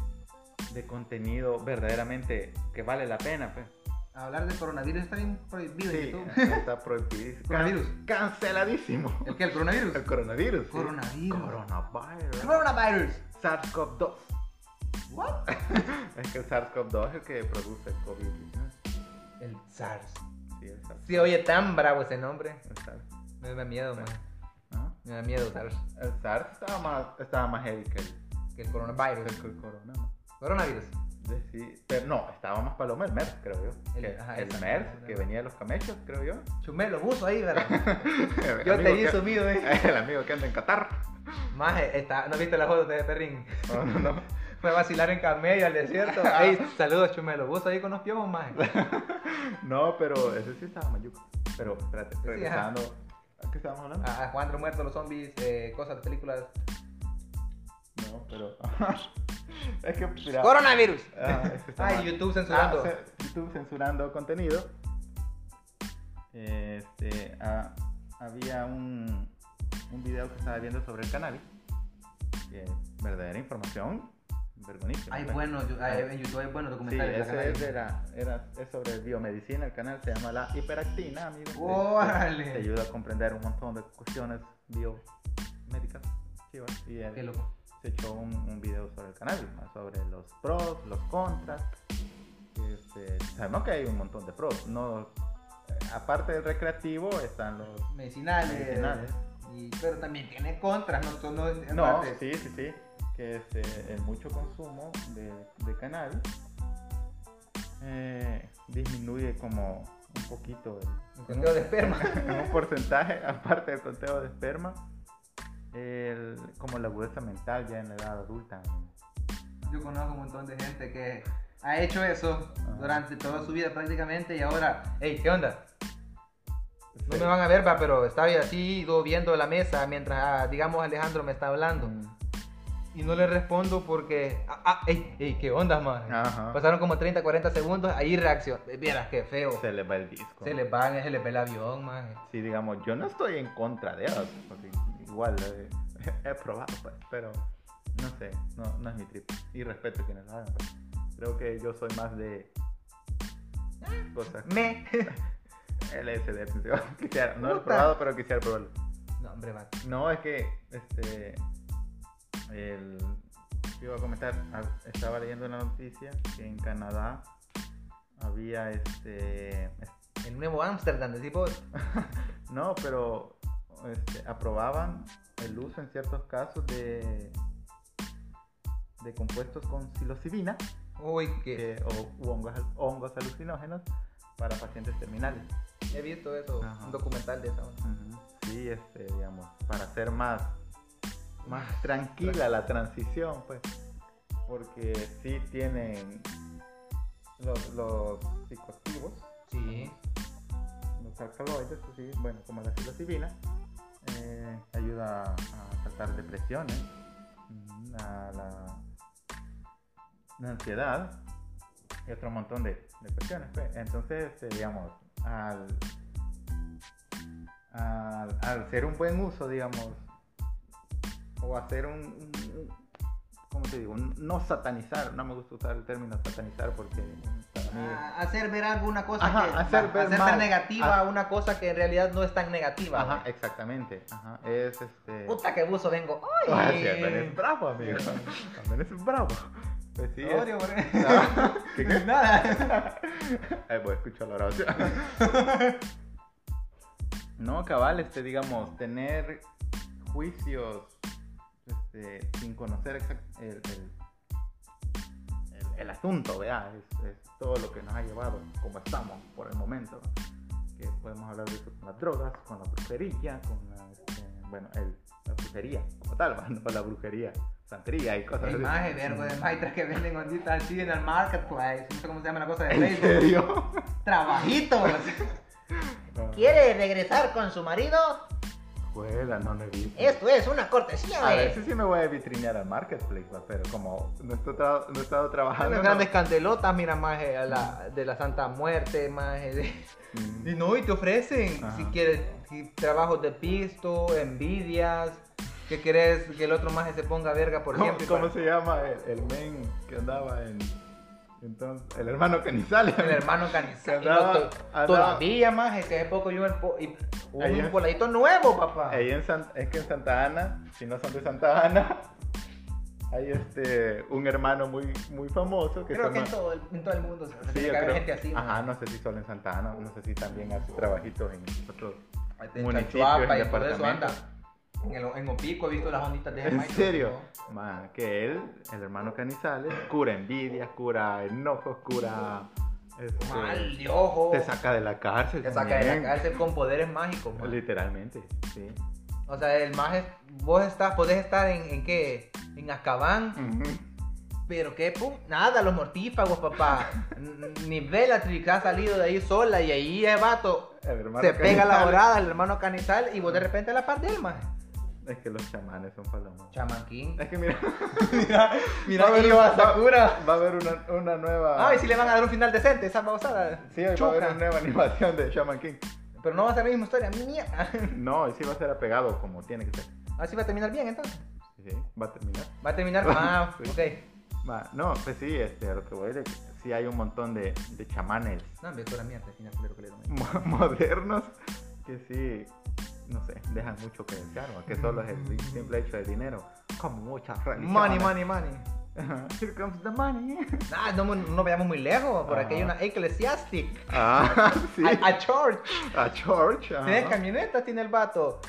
S2: de contenido verdaderamente que vale la pena, pues.
S1: Hablar de coronavirus está bien prohibido en
S2: Sí, (laughs)
S1: YouTube.
S2: está prohibidísimo.
S1: Coronavirus.
S2: Canceladísimo.
S1: ¿El qué? ¿El coronavirus?
S2: El coronavirus. sí.
S1: Coronavirus.
S2: Coronavirus.
S1: Coronavirus.
S2: SARS-CoV-2.
S1: What?
S2: Es que el SARS-CoV-2 es el que produce el COVID. -19.
S1: El SARS.
S2: Sí, el SARS.
S1: Sí, oye, tan bravo ese nombre.
S2: El SARS.
S1: Me da miedo, man.
S2: ¿Ah?
S1: Me da miedo SARS.
S2: El SARS estaba más, estaba más heavy que el,
S1: Que el coronavirus.
S2: que el corona. ¿no?
S1: Coronavirus.
S2: De- sí, pero no, estaba más paloma el MERS, creo yo.
S1: El-
S2: que- El,
S1: ajá, el-
S2: MERS, que venía de los camechos, creo yo.
S1: Chumé, lo puso ahí,
S2: (laughs)
S1: ¿verdad?
S2: El
S1: Yo te
S2: amigo
S1: vi
S2: que-
S1: sumido, eh.
S2: (laughs) El amigo que anda en Qatar.
S1: Maje, eh, está, ¿no viste la foto de este Perrín?
S2: No, no, no.
S1: Fue a vacilar en camello al
S2: (laughs)
S1: desierto. Ey, saludos, Chumelo. Vos ahí con los piojos, maje.
S2: No, pero ese sí estaba mayuco. Pero, espérate,
S1: ajá. Ah.
S2: regresando. ¿A qué estábamos hablando?
S1: A, a Juan de Muerto, los zombies, eh, cosas de películas.
S2: No, pero. (laughs) es que, mira.
S1: ¡Coronavirus!
S2: Ah, es que está
S1: Ay,
S2: mal.
S1: YouTube censurando.
S2: Ah, ce- YouTube censurando contenido. Este, ah, había un, un video que estaba viendo sobre el cannabis. Que verdadera información, vergonísima.
S1: Hay
S2: Bueno,
S1: buenos, yo- hay- en YouTube hay buenos
S2: Sí,
S1: documentales. de la
S2: ese es, de
S1: canalla.
S2: la, era, es sobre biomedicina, el canal se llama La Hiperactina, amigos.
S1: ¡Órale!
S2: Te ayuda a comprender un montón de cuestiones biomédicas. chivas. Y el-
S1: Qué loco.
S2: se echó un, un video sobre el cannabis, ¿no? sobre los pros, los contras. Este, sabemos que hay un montón de pros. No, eh, aparte del recreativo están los...
S1: Medicinales.
S2: Medicinales.
S1: Y- pero también tiene contras, no solo es- es
S2: No,
S1: parte.
S2: sí, sí, sí. Que este, el mucho consumo de, de cannabis eh, disminuye como un poquito el,
S1: El conteo de esperma.
S2: en (laughs) un porcentaje, aparte del conteo de esperma, el- como la agudeza mental ya en la edad adulta.
S1: Yo conozco un montón de gente que ha hecho eso
S2: Ajá.
S1: durante toda su vida prácticamente y ahora, hey, ¿qué onda? No
S2: Sí.
S1: me van a ver, va, pero estaba así ido viendo la mesa mientras, ah, digamos, Alejandro me está hablando.
S2: Mm.
S1: Y no le respondo porque, ah, ah, ey, ey, ¿qué onda, man?
S2: Ajá.
S1: Pasaron como 30, 40 segundos, ahí reacción. Vieras qué feo.
S2: se les va el disco.
S1: Se les van, se les ve el avión, man.
S2: Sí, digamos, yo no estoy en contra de ellos, porque igual eh, (laughs) he probado, pues, pero no sé, no, no es mi trip. Y respeto a quienes lo hagan, pues. Creo que yo soy más de cosas. (laughs)
S1: Me.
S2: LSD, (laughs) atención. quisiera, no lo he
S1: Puta.
S2: probado, pero quisiera probarlo.
S1: No, hombre, man.
S2: No, es que, este, el, ¿qué iba a comentar, Ah, estaba leyendo una noticia que en Canadá había, este,
S1: El nuevo Ámsterdam, decís vos.
S2: No, pero este, aprobaban el uso en ciertos casos de de compuestos con psilocibina
S1: Uy, que
S2: que- o u hongos, al- hongos alucinógenos para pacientes terminales.
S1: he visto eso,
S2: Ajá.
S1: un documental de esa onda.
S2: Sí, este, digamos, para hacer más más tranquila la transición, pues, porque sí tienen los, los psicoactivos,
S1: Sí.
S2: los alcaloides, pues sí, bueno, como la psilocibina, eh, ayuda a tratar depresiones, mm, a la, la ansiedad y otro montón de, de cuestiones. pues. Entonces, este, digamos, al, al, al hacer un buen uso, digamos, o hacer un, un- un- ¿cómo te digo? Un- no satanizar, no me gusta usar el término satanizar porque para mí...
S1: A- hacer ver alguna cosa
S2: Ajá,
S1: que
S2: hacer ver
S1: hacer
S2: mal.
S1: negativa
S2: Ah.
S1: una cosa que en realidad no es tan negativa.
S2: Ajá,
S1: güey.
S2: exactamente. Ajá, es este.
S1: Puta que buzo vengo.
S2: Ah, sí,
S1: ¡Ay!
S2: (laughs) Adán es bravo, amigo. Adán es bravo. Pues sí. es-
S1: Odio, porque-
S2: No. (laughs)
S1: (laughs)
S2: ¿Qué, qué?
S1: Nada.
S2: Ahí voy a escuchar la oración. (laughs) No, cabal, este, digamos, tener juicios este, sin conocer exact- el, el- el- el asunto, vea, es, es todo lo que nos ha llevado, como estamos por el momento. Que podemos hablar de eso con las drogas, con la brujería, con la, este, bueno, el- la brujería como tal, (laughs) ¿va? no la brujería, santería y cosas
S1: Ey,
S2: así. Mm.
S1: maje, vergo de maestras que venden onditas así en el marketplace. No sé cómo se llama la cosa de
S2: ¿En
S1: Facebook. (laughs)
S2: serio? Ah,
S1: Trabajitos.
S2: No.
S3: ¿Quiere regresar con su marido?
S2: Juela, no lo he visto.
S3: Esto es una cortesía
S2: A
S3: de...
S2: veces sí me voy a vitrinear al marketplace, va, pero como no, he estado- no he estado trabajando.
S1: Unas
S2: no-
S1: grandes candelotas, mira, maje, a la, de la Santa Muerte, maje. de-
S2: Mm,
S1: Y no, y te ofrecen,
S2: Ajá.
S1: si quieres, si- trabajos de pisto, envidias, que querés que el otro maje se ponga verga por
S2: ¿Cómo,
S1: siempre.
S2: cómo se llama el, el men que andaba en. Entonces, el hermano que ni sale.
S1: El hermano Canizal.
S2: Que andaba-
S1: no, to-
S2: andaba-
S1: Todavía, maje, que hace poco yo el po- y- hubo
S2: Ahí es.
S1: un voladito nuevo, papá.
S2: Ahí en San- es que en Santa Ana, si no son de Santa Ana, (laughs) hay este un hermano muy, muy famoso que
S1: Creo
S2: se
S1: que en
S2: llama-
S1: todo, el, en todo el mundo se
S2: Sí,
S1: tiene
S2: yo
S1: que haber
S2: creo-
S1: gente así. maje.
S2: Ajá, no sé si solo en Santa Ana, no sé si también hace trabajitos en otros
S1: En
S2: municipios,
S1: Chachuapa
S2: en
S1: y todo eso anda.
S2: departamentos.
S1: En, el, en Opico he visto las onditas de
S2: ¿En
S1: Jamaica,
S2: serio?
S1: ¿no?
S2: Ma, que él, el hermano Canizales, cura envidias, cura enojos, cura. este,
S1: Mal de ojo.
S2: te saca de la cárcel.
S1: Te saca de
S2: también.
S1: la cárcel con poderes mágicos, man.
S2: Literalmente, sí.
S1: O sea, el más vos estás, podés estar en, en qué? En Azkaban, pero qué pum, nada, los mortífagos, papá. (laughs) N- Ni Bellatrix ha salido de ahí sola y ahí el vato
S2: El hermano
S1: se pega
S2: Canizales-
S1: la orada el hermano Canizal y vos de repente a la par del más.
S2: Es que los chamanes son palomas.
S1: Chamanquín.
S2: Es que mira,
S1: (laughs) Mira,
S2: va a haber
S1: y
S2: una-
S1: a Sakura.
S2: va a haber una, una nueva.
S1: Ay, si le van a dar un final decente, esa babosada.
S2: Sí, hoy va a haber
S1: Chuca.
S2: una nueva (laughs) animación de Shaman King.
S1: Pero no va a ser la misma historia, mierda. (laughs)
S2: No, y sí va a ser apegado como tiene que ser.
S1: Así va a terminar bien entonces.
S2: Sí, sí, va a terminar.
S1: Va a terminar. Ah,
S2: (laughs) Sí.
S1: ok.
S2: Ma, no, pues sí, este, a lo que voy de que sí hay un montón de, de chamanes (laughs)
S1: No, me toda la mierda, al final, culero, culero.
S2: mo- modernos que sí, no sé, dejan mucho que desear, ¿va? que solo es el si- simple hecho del dinero, como muchas religiones.
S1: Mm. Money, money, money.
S2: Ajá, Here comes
S1: (laughs)
S2: the money.
S1: Nah, no, mu- no vayamos muy lejos, por
S2: Ajá.
S1: aquí hay una Ecclesiastic.
S2: Ah, (laughs) sí,
S1: A, a church.
S2: a George. ajá.
S1: Tiene camionetas, tiene el vato.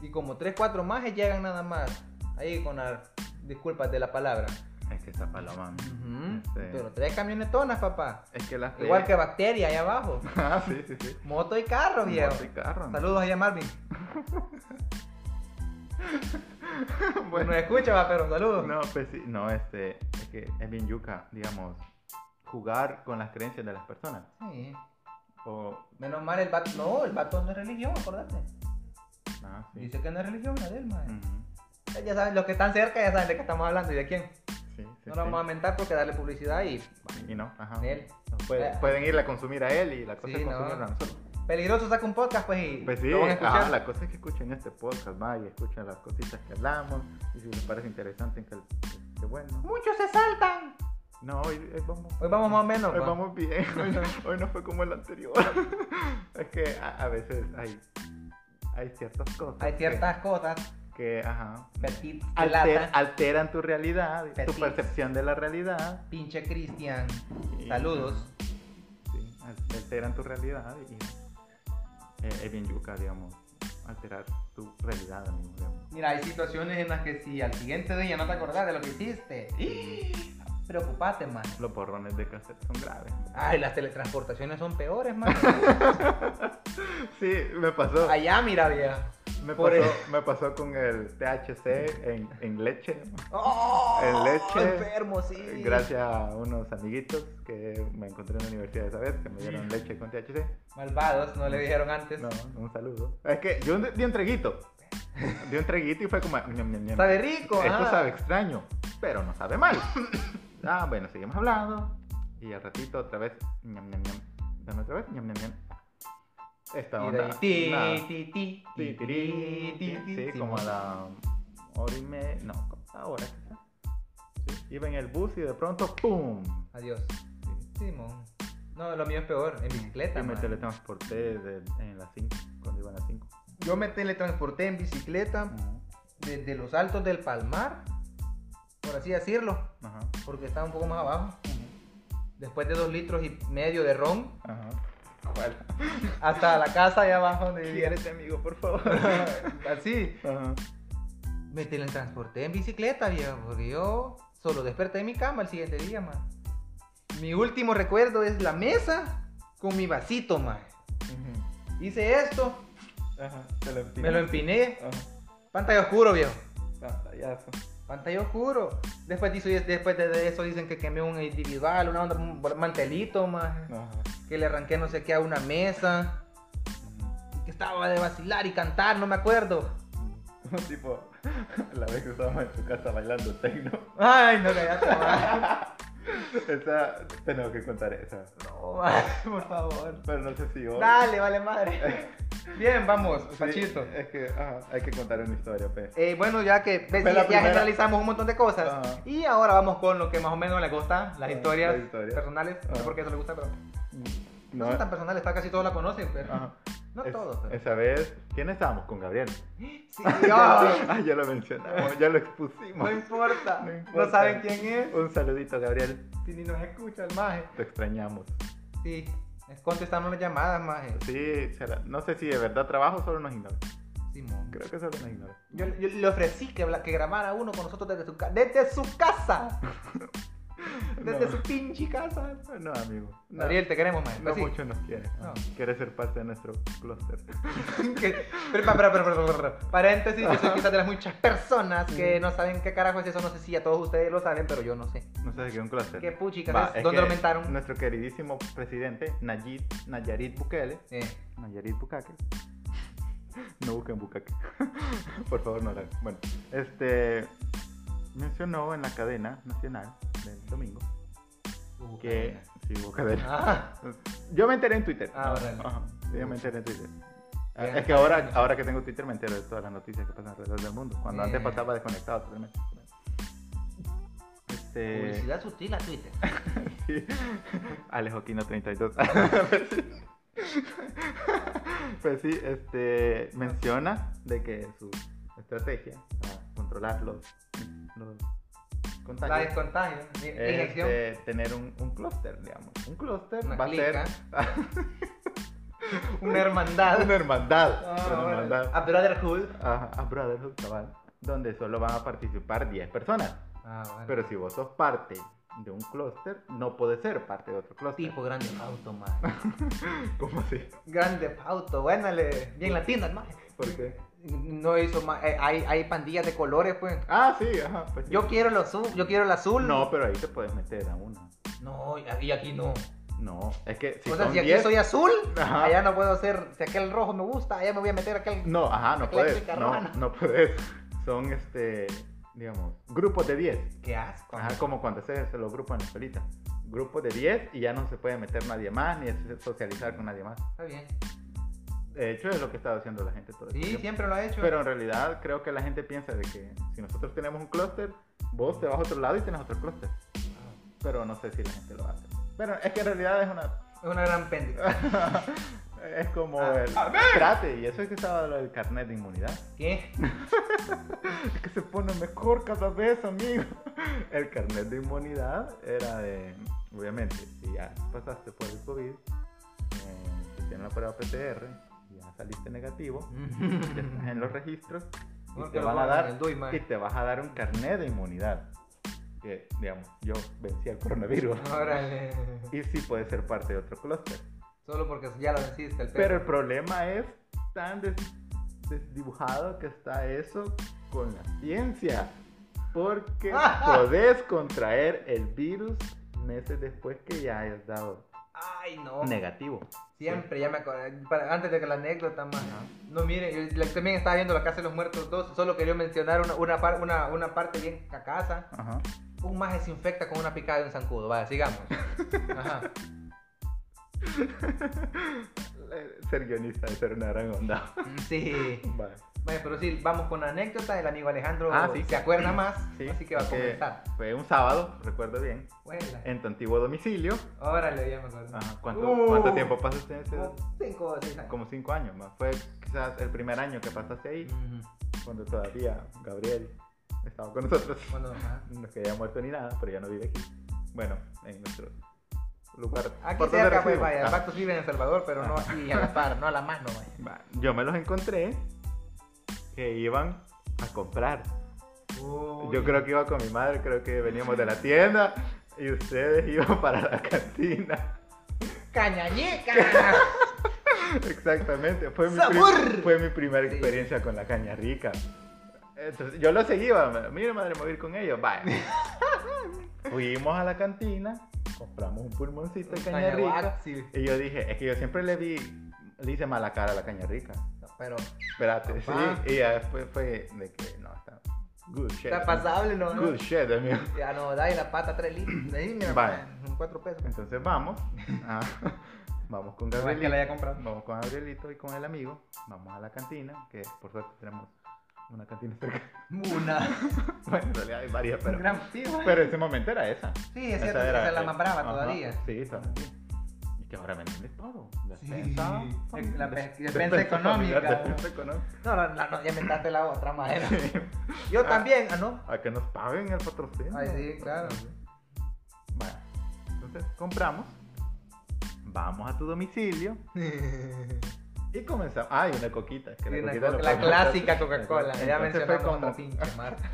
S1: Y como 3, 4 más y llegan nada más. Ahí con las disculpas de la palabra.
S2: Es que está paloma.
S1: Ujú.
S2: Sí.
S1: Pero tres camionetonas, papá.
S2: Es que las
S1: Igual que bacteria ahí abajo.
S2: (laughs) Ah, sí, sí, sí.
S1: Moto y carro, viejo.
S2: Monte Carlo.
S1: Saludos ahí a Marvin.
S2: (laughs) Bueno.
S1: No escucha, va, pero saludos.
S2: No, pues sí, no, este, es que es bien yuca, digamos, jugar con las creencias de las personas.
S1: Sí.
S2: O,
S1: Menos mal el vato. No, el vato no es religión, acordate.
S2: ah, sí. Mm.
S1: Dice que no es religión, la del mae.
S2: Ujú.
S1: Ya saben, los que están cerca ya saben de qué estamos hablando y de quién.
S2: Sí, sí,
S1: No lo
S2: sí.
S1: vamos a mentar porque darle publicidad y.
S2: Y no, ajá.
S1: Él.
S2: Pueden,
S1: Ah.
S2: pueden irla a consumir a él y la cosa
S1: Sí,
S2: es
S1: no.
S2: consumirla a nosotros.
S1: Peligroso saca un podcast, pues y.
S2: Pues sí,
S1: lo van a escuchar.
S2: ajá, la cosa es que escuchen este podcast, va, y escuchen las cositas que hablamos, y si les parece interesante, que, que bueno.
S1: Muchos se saltan.
S2: No, hoy, hoy vamos...
S1: Hoy vamos más o menos.
S2: Hoy
S1: pa. (laughs)
S2: vamos bien, hoy, hoy no fue como el anterior. es que a, a veces hay, hay ciertas cosas.
S1: Hay ciertas cosas.
S2: Que, que, ajá.
S1: Petit,
S2: alter-
S1: lata,
S2: alteran tu realidad, tu
S1: Petit.
S2: percepción de la realidad.
S1: pinche Cristian.
S2: Y-
S1: Saludos.
S2: Sí, al- alteran tu realidad y eh, es bien yuca, digamos, alterar tu realidad, amigo.
S1: (gasps)
S2: digamos.
S1: Mira, hay situaciones en las que si al siguiente día no te acordás de lo que hiciste, preocupate, man.
S2: Los borrones de cassette son graves.
S1: Ay, las teletransportaciones son peores,
S2: (laughs)
S1: man.
S2: Sí, me pasó.
S1: Allá, mira, vieja.
S2: me,
S1: por
S2: pasó me pasó con el THC en, en leche.
S1: ¡Oh!
S2: En leche.
S1: Enfermo, sí.
S2: Gracias a unos amiguitos que me encontré en la universidad esa vez, que me dieron leche con THC.
S1: Malvados, no le dijeron antes.
S2: No, un saludo. Es que yo di un treguito. Di un treguito y fue como... ñam, ñam, ñam.
S1: Sabe rico,
S2: Esto
S1: ah.
S2: sabe extraño, pero no sabe mal. (coughs) ah, bueno, seguimos hablando. Y al ratito otra vez. ñam, ñam, ñam. Dame otra vez. ñam, ñam, ñam. Esta
S1: Y de
S2: onda.
S1: ahí, ti,
S2: nada.
S1: ti, ti,
S2: Ti, ti,
S1: ti, ti, ti,
S2: Sí,
S1: ti,
S2: como a
S1: mo-
S2: la hora y media. No, como a la hora. quizá. Sí, Iba en el bus y de pronto ¡pum!
S1: Adiós.
S2: Sí.
S1: Simón. No, lo mío es peor, en bicicleta.
S2: Y me
S1: man.
S2: teletransporté de- en las 5, cuando iban las 5.
S1: Yo me teletransporté en bicicleta desde los altos del Palmar. por así decirlo,
S2: Ajá.
S1: porque está un poco más abajo. Después de dos litros y medio de ron,
S2: Ajá. ¿Cuál?
S1: hasta la casa allá abajo donde vivía.
S2: Quédate, amigo, por (laughs) favor.
S1: (laughs) Así,
S2: Ajá.
S1: me teletransporté en bicicleta, viejo, porque yo solo desperté en mi cama el siguiente día, man. Mi último recuerdo es la mesa con mi vasito, man.
S2: Ujú.
S1: Hice esto,
S2: Ajá. Te lo
S1: me lo
S2: empinas.
S1: empiné.
S2: Ajá.
S1: Pantalla oscuro, viejo.
S2: Pantallazo.
S1: Pantalla oscuro. Después, dice- después de eso dicen que quemé un individual, una onda, un mantelito, man.
S2: Ajá.
S1: Que le arranqué no sé qué a una mesa.
S2: Ujú.
S1: Que estaba de vacilar y cantar, no me acuerdo.
S2: Ujú. Tipo, (laughs) la vez que estábamos en tu casa bailando techno.
S1: Ay, no cállate, man.
S2: Esa, tenemos que contar esa.
S1: (laughs) No, man, por favor.
S2: Pero no sé si hoy.
S1: Dale, vale madre. (laughs) Bien, vamos,
S2: Sí,
S1: Pachito.
S2: Es que, ajá, hay que contar una historia, pues.
S1: Eh, bueno, ya que ves,
S2: Fue la
S1: ya, ya
S2: primera.
S1: generalizamos un montón de cosas.
S2: Ajá.
S1: Y ahora vamos con lo que más o menos le gusta, las
S2: Ah,
S1: historias
S2: las historias.
S1: personales. No sé
S2: Ah.
S1: por qué eso le gusta, pero no, son tan personales, está casi todos la conocen, pero
S2: ajá.
S1: no
S2: Es-
S1: todos. pero-
S2: Esa vez, ¿quién estábamos con Gabriel? (laughs)
S1: Sí,
S2: Ah,
S1: ay,
S2: ya lo mencionamos, ya lo
S1: no
S2: expusimos.
S1: importa,
S2: No
S1: no
S2: importa.
S1: saben quién es,
S2: Un saludito, Gabriel.
S1: si ni nos escucha el maje.
S2: Te extrañamos.
S1: Sí, es contestarnos las llamadas, maje.
S2: Sí, será- no sé si de verdad trabajo solo nos ignora.
S1: Simón.
S2: Creo que solo nos ignora.
S1: Yo, yo le ofrecí que, habla- que grabara uno con nosotros desde su, ca- desde su
S2: (laughs)
S1: casa. Desde
S2: No.
S1: su pinche casa.
S2: No, amigo. No,
S1: Gabriel, te queremos, man.
S2: no
S1: Sí.
S2: mucho nos quiere.
S1: No.
S2: Quiere ser parte de nuestro clúster.
S1: (laughs) Que- pero, pa- pero, pero, pero, pero, pero, paréntesis, yo soy quizás de las muchas personas
S2: Mm.
S1: que no saben qué carajo es eso. No sé si a todos ustedes lo saben, pero yo no sé.
S2: No sé de qué un clúster.
S1: ¿Qué puchicas
S2: Va,
S1: es?
S2: es
S1: ¿Dónde
S2: que
S1: lo mentaron?
S2: Nuestro queridísimo presidente, Nayib, Nayarit Bukele.
S1: Eh,
S2: Nayarit Bucaque. No busquen Bucaque. (laughs) Por favor, no la hagan. Bueno, este. Mencionó en la cadena nacional del domingo
S1: Uh,
S2: que. Sí, hubo cadena.
S1: Ah,
S2: Yo me enteré en Twitter.
S1: Ah, órale.
S2: Ajá, Yo me enteré en Twitter. Ah,
S1: Bien.
S2: Es que ahora, ahora que tengo Twitter me entero de todas las noticias que pasan alrededor del mundo. Cuando antes
S1: Bien.
S2: pasaba desconectado totalmente. Este.
S3: Publicidad sutil a Twitter.
S2: Sí. (laughs) Alejo
S1: (laughs)
S2: Quino 32. pues sí, este menciona de que su estrategia para controlar los, los
S1: la
S2: contagios
S1: descontagio. Mi- mi
S2: es
S1: Inyección.
S2: este, tener un, un clúster, digamos. Un clúster
S1: Una
S2: va
S1: clica.
S2: a ser
S1: (laughs) Una hermandad.
S2: (laughs) una hermandad.
S1: Ah,
S2: una
S1: órale.
S2: hermandad.
S1: A Brotherhood.
S2: Ajá, a Brotherhood, cabal, donde solo van a participar 10 personas.
S1: Ah, bueno.
S2: Pero si vos sos parte de un clúster, no podés ser parte de otro clúster.
S3: Tipo grande auto, man.
S2: (laughs) ¿Cómo así?
S1: Grande pauto. Bueno, le- bien latino el maje.
S2: ¿Por qué?
S1: No hizo más. hay, hay pandillas de colores, pues.
S2: Ah, sí, ajá. Pues sí.
S1: Yo quiero el azul. Yo quiero el azul.
S2: No, pero ahí te puedes meter a una.
S3: No, y y aquí no.
S2: No, es que si
S1: o sea,
S2: son
S1: si aquí
S2: 10,
S1: soy azul,
S2: Ajá. Mm.
S1: allá no puedo ser. Si aquel rojo me gusta, allá me voy a meter aquel.
S2: No, ajá, no
S1: Ecléctica
S2: puedes. No,
S1: romana.
S2: no puedes. Son, este, digamos, grupos de 10.
S1: Qué asco.
S2: Ajá, como cuando se hacen los grupos en la escuelita. Grupos de 10 y ya no se puede meter nadie más, ni es- socializar con nadie más.
S1: Está bien.
S2: De hecho, es lo que está haciendo la gente todo el
S1: Sí,
S2: tiempo.
S1: siempre lo ha hecho.
S2: Pero en realidad creo que la gente piensa de que si nosotros tenemos un clúster, vos te vas a otro lado y tienes otro clúster. Pero no sé si la gente lo hace. Pero es que en realidad es una (laughs)
S1: Es una gran pendeja.
S2: Ah. es como
S1: Ah,
S2: el. Espérate, y eso es que estaba lo del carnet de inmunidad. (laughs)
S1: ¿Qué? (laughs)
S2: Es que se pone mejor cada vez, amigo. (laughs) El carnet de inmunidad era de. Obviamente, si ya pasaste por el COVID, eh, te hicieron la prueba PCR, ya saliste negativo, ya estás (laughs) en los registros, y
S1: Bueno,
S2: te
S1: que
S2: van
S1: lo
S2: a
S1: pongan en
S2: dar.
S1: el DUI, man.
S2: Y te vas a dar un carnet de inmunidad. Que, digamos, yo vencí al coronavirus.
S1: (laughs) (laughs) Órale.
S2: Y sí puede ser parte de otro clúster.
S1: Solo porque ya lo venciste el
S2: Pero
S1: perro.
S2: el problema es tan des- desdibujado que está eso con la ciencia.
S1: (laughs)
S2: Porque podés contraer el virus meses después que ya hayas dado
S1: Ay, no.
S2: negativo.
S1: Siempre, ya me acordé. Para- antes de que la anécdota, más.
S2: Ajá.
S1: No, miren, yo la- también estaba viendo La Casa de los Muertos 2. Solo quería mencionar una, una, par- una, una parte bien cacaza.
S2: Ajá.
S1: Un maje se infecta con una picada de un zancudo. Vaya,
S2: (laughs)
S1: sigamos. Ajá.
S2: Eh, Ser guionista de ser una gran
S1: (laughs)
S2: onda.
S1: Sí.
S2: Vale.
S1: Bueno, pero sí, vamos con la anécdota. El amigo Alejandro
S2: Ah, sí.
S1: se acuerda más,
S2: Sí,
S1: así que va a
S2: porque
S1: comentar.
S2: Fue un sábado, recuerdo bien,
S1: Huela.
S2: en tu antiguo domicilio.
S1: Órale, ya me acuerdo.
S2: Ajá. ¿Cuánto,
S1: Uh.
S2: cuánto tiempo pasaste en ese?
S1: Como cinco o seis años.
S2: Ah. Como cinco años más. Fue quizás el primer año que pasaste ahí.
S1: Ujú.
S2: cuando todavía Gabriel estaba con nosotros.
S1: Cuando, ajá.
S2: No es que haya muerto ni nada, pero ya no vive aquí. Bueno, en nuestro lugar.
S1: Aquí
S2: ¿Por dónde
S1: cerca, pues,
S2: resido?
S1: vaya.
S2: Ah,
S1: Los pactos viven en El Salvador, pero no aquí a la par, no a la más, no, vaya.
S2: va, Yo me los encontré que iban a comprar. Yo creo que iba con mi madre, creo que veníamos de la tienda y ustedes iban para la cantina.
S1: ¡Cañañeca!
S2: (laughs) Exactamente, fue mi,
S1: ¡Sabor!
S2: fue mi primera
S1: Sí.
S2: experiencia con la caña rica. Entonces, yo lo seguía, mire madre, me voy a ir con
S1: (laughs)
S2: ellos, vaya. Fuimos a la cantina, compramos un pulmoncito de caña rica.
S1: Cañaguaxi.
S2: Y yo dije, es que yo siempre le vi, le hice mala cara a la caña rica.
S1: Pero
S2: Espérate, sí.
S1: Papá.
S2: Y ya después fue de que, no, está good shit.
S1: está pasable, ¿no?
S2: Good shit, amigo.
S1: Ya no, dai la pata 3 litros. De ahí, mira,
S2: Vaya.
S1: man, 4 pesos.
S2: Entonces vamos. (laughs) Ah, vamos con
S1: No es que
S2: Gabrielito.
S1: la haya comprado.
S2: Vamos con Gabrielito y con el amigo. Vamos a la cantina, que por suerte tenemos una cantina cerca. (laughs)
S1: Una.
S2: Bueno, en realidad hay varias,
S1: Un
S2: pero.
S1: gran sí, vaya.
S2: Pero en ese momento era esa.
S1: Sí, es cierto, esa es la más brava
S2: ajá,
S1: todavía.
S2: Sí, todavía. Y que ahora me entiendes todo.
S1: Sí.
S2: Defensa.
S1: La pe-
S2: des-
S1: defensa económica.
S2: familiar, Defensa económica.
S1: No, no, no, no, ya inventaste la otra manera.
S2: (laughs)
S1: Yo también, ah, no.
S2: A que nos paguen el patrocinio.
S1: Ay, sí, claro. (laughs)
S2: Bueno, entonces compramos. Vamos a tu domicilio. Y comenzamos. Ay, una coquita. es que
S1: Sí, una
S2: coquita
S1: co-
S2: lo
S1: la
S2: podemos
S1: clásica
S2: hacer.
S1: Coca-Cola. Ya
S2: Entonces
S1: mencionamos
S2: fue
S1: otra
S2: como-
S1: pinche
S2: (laughs)
S1: marca.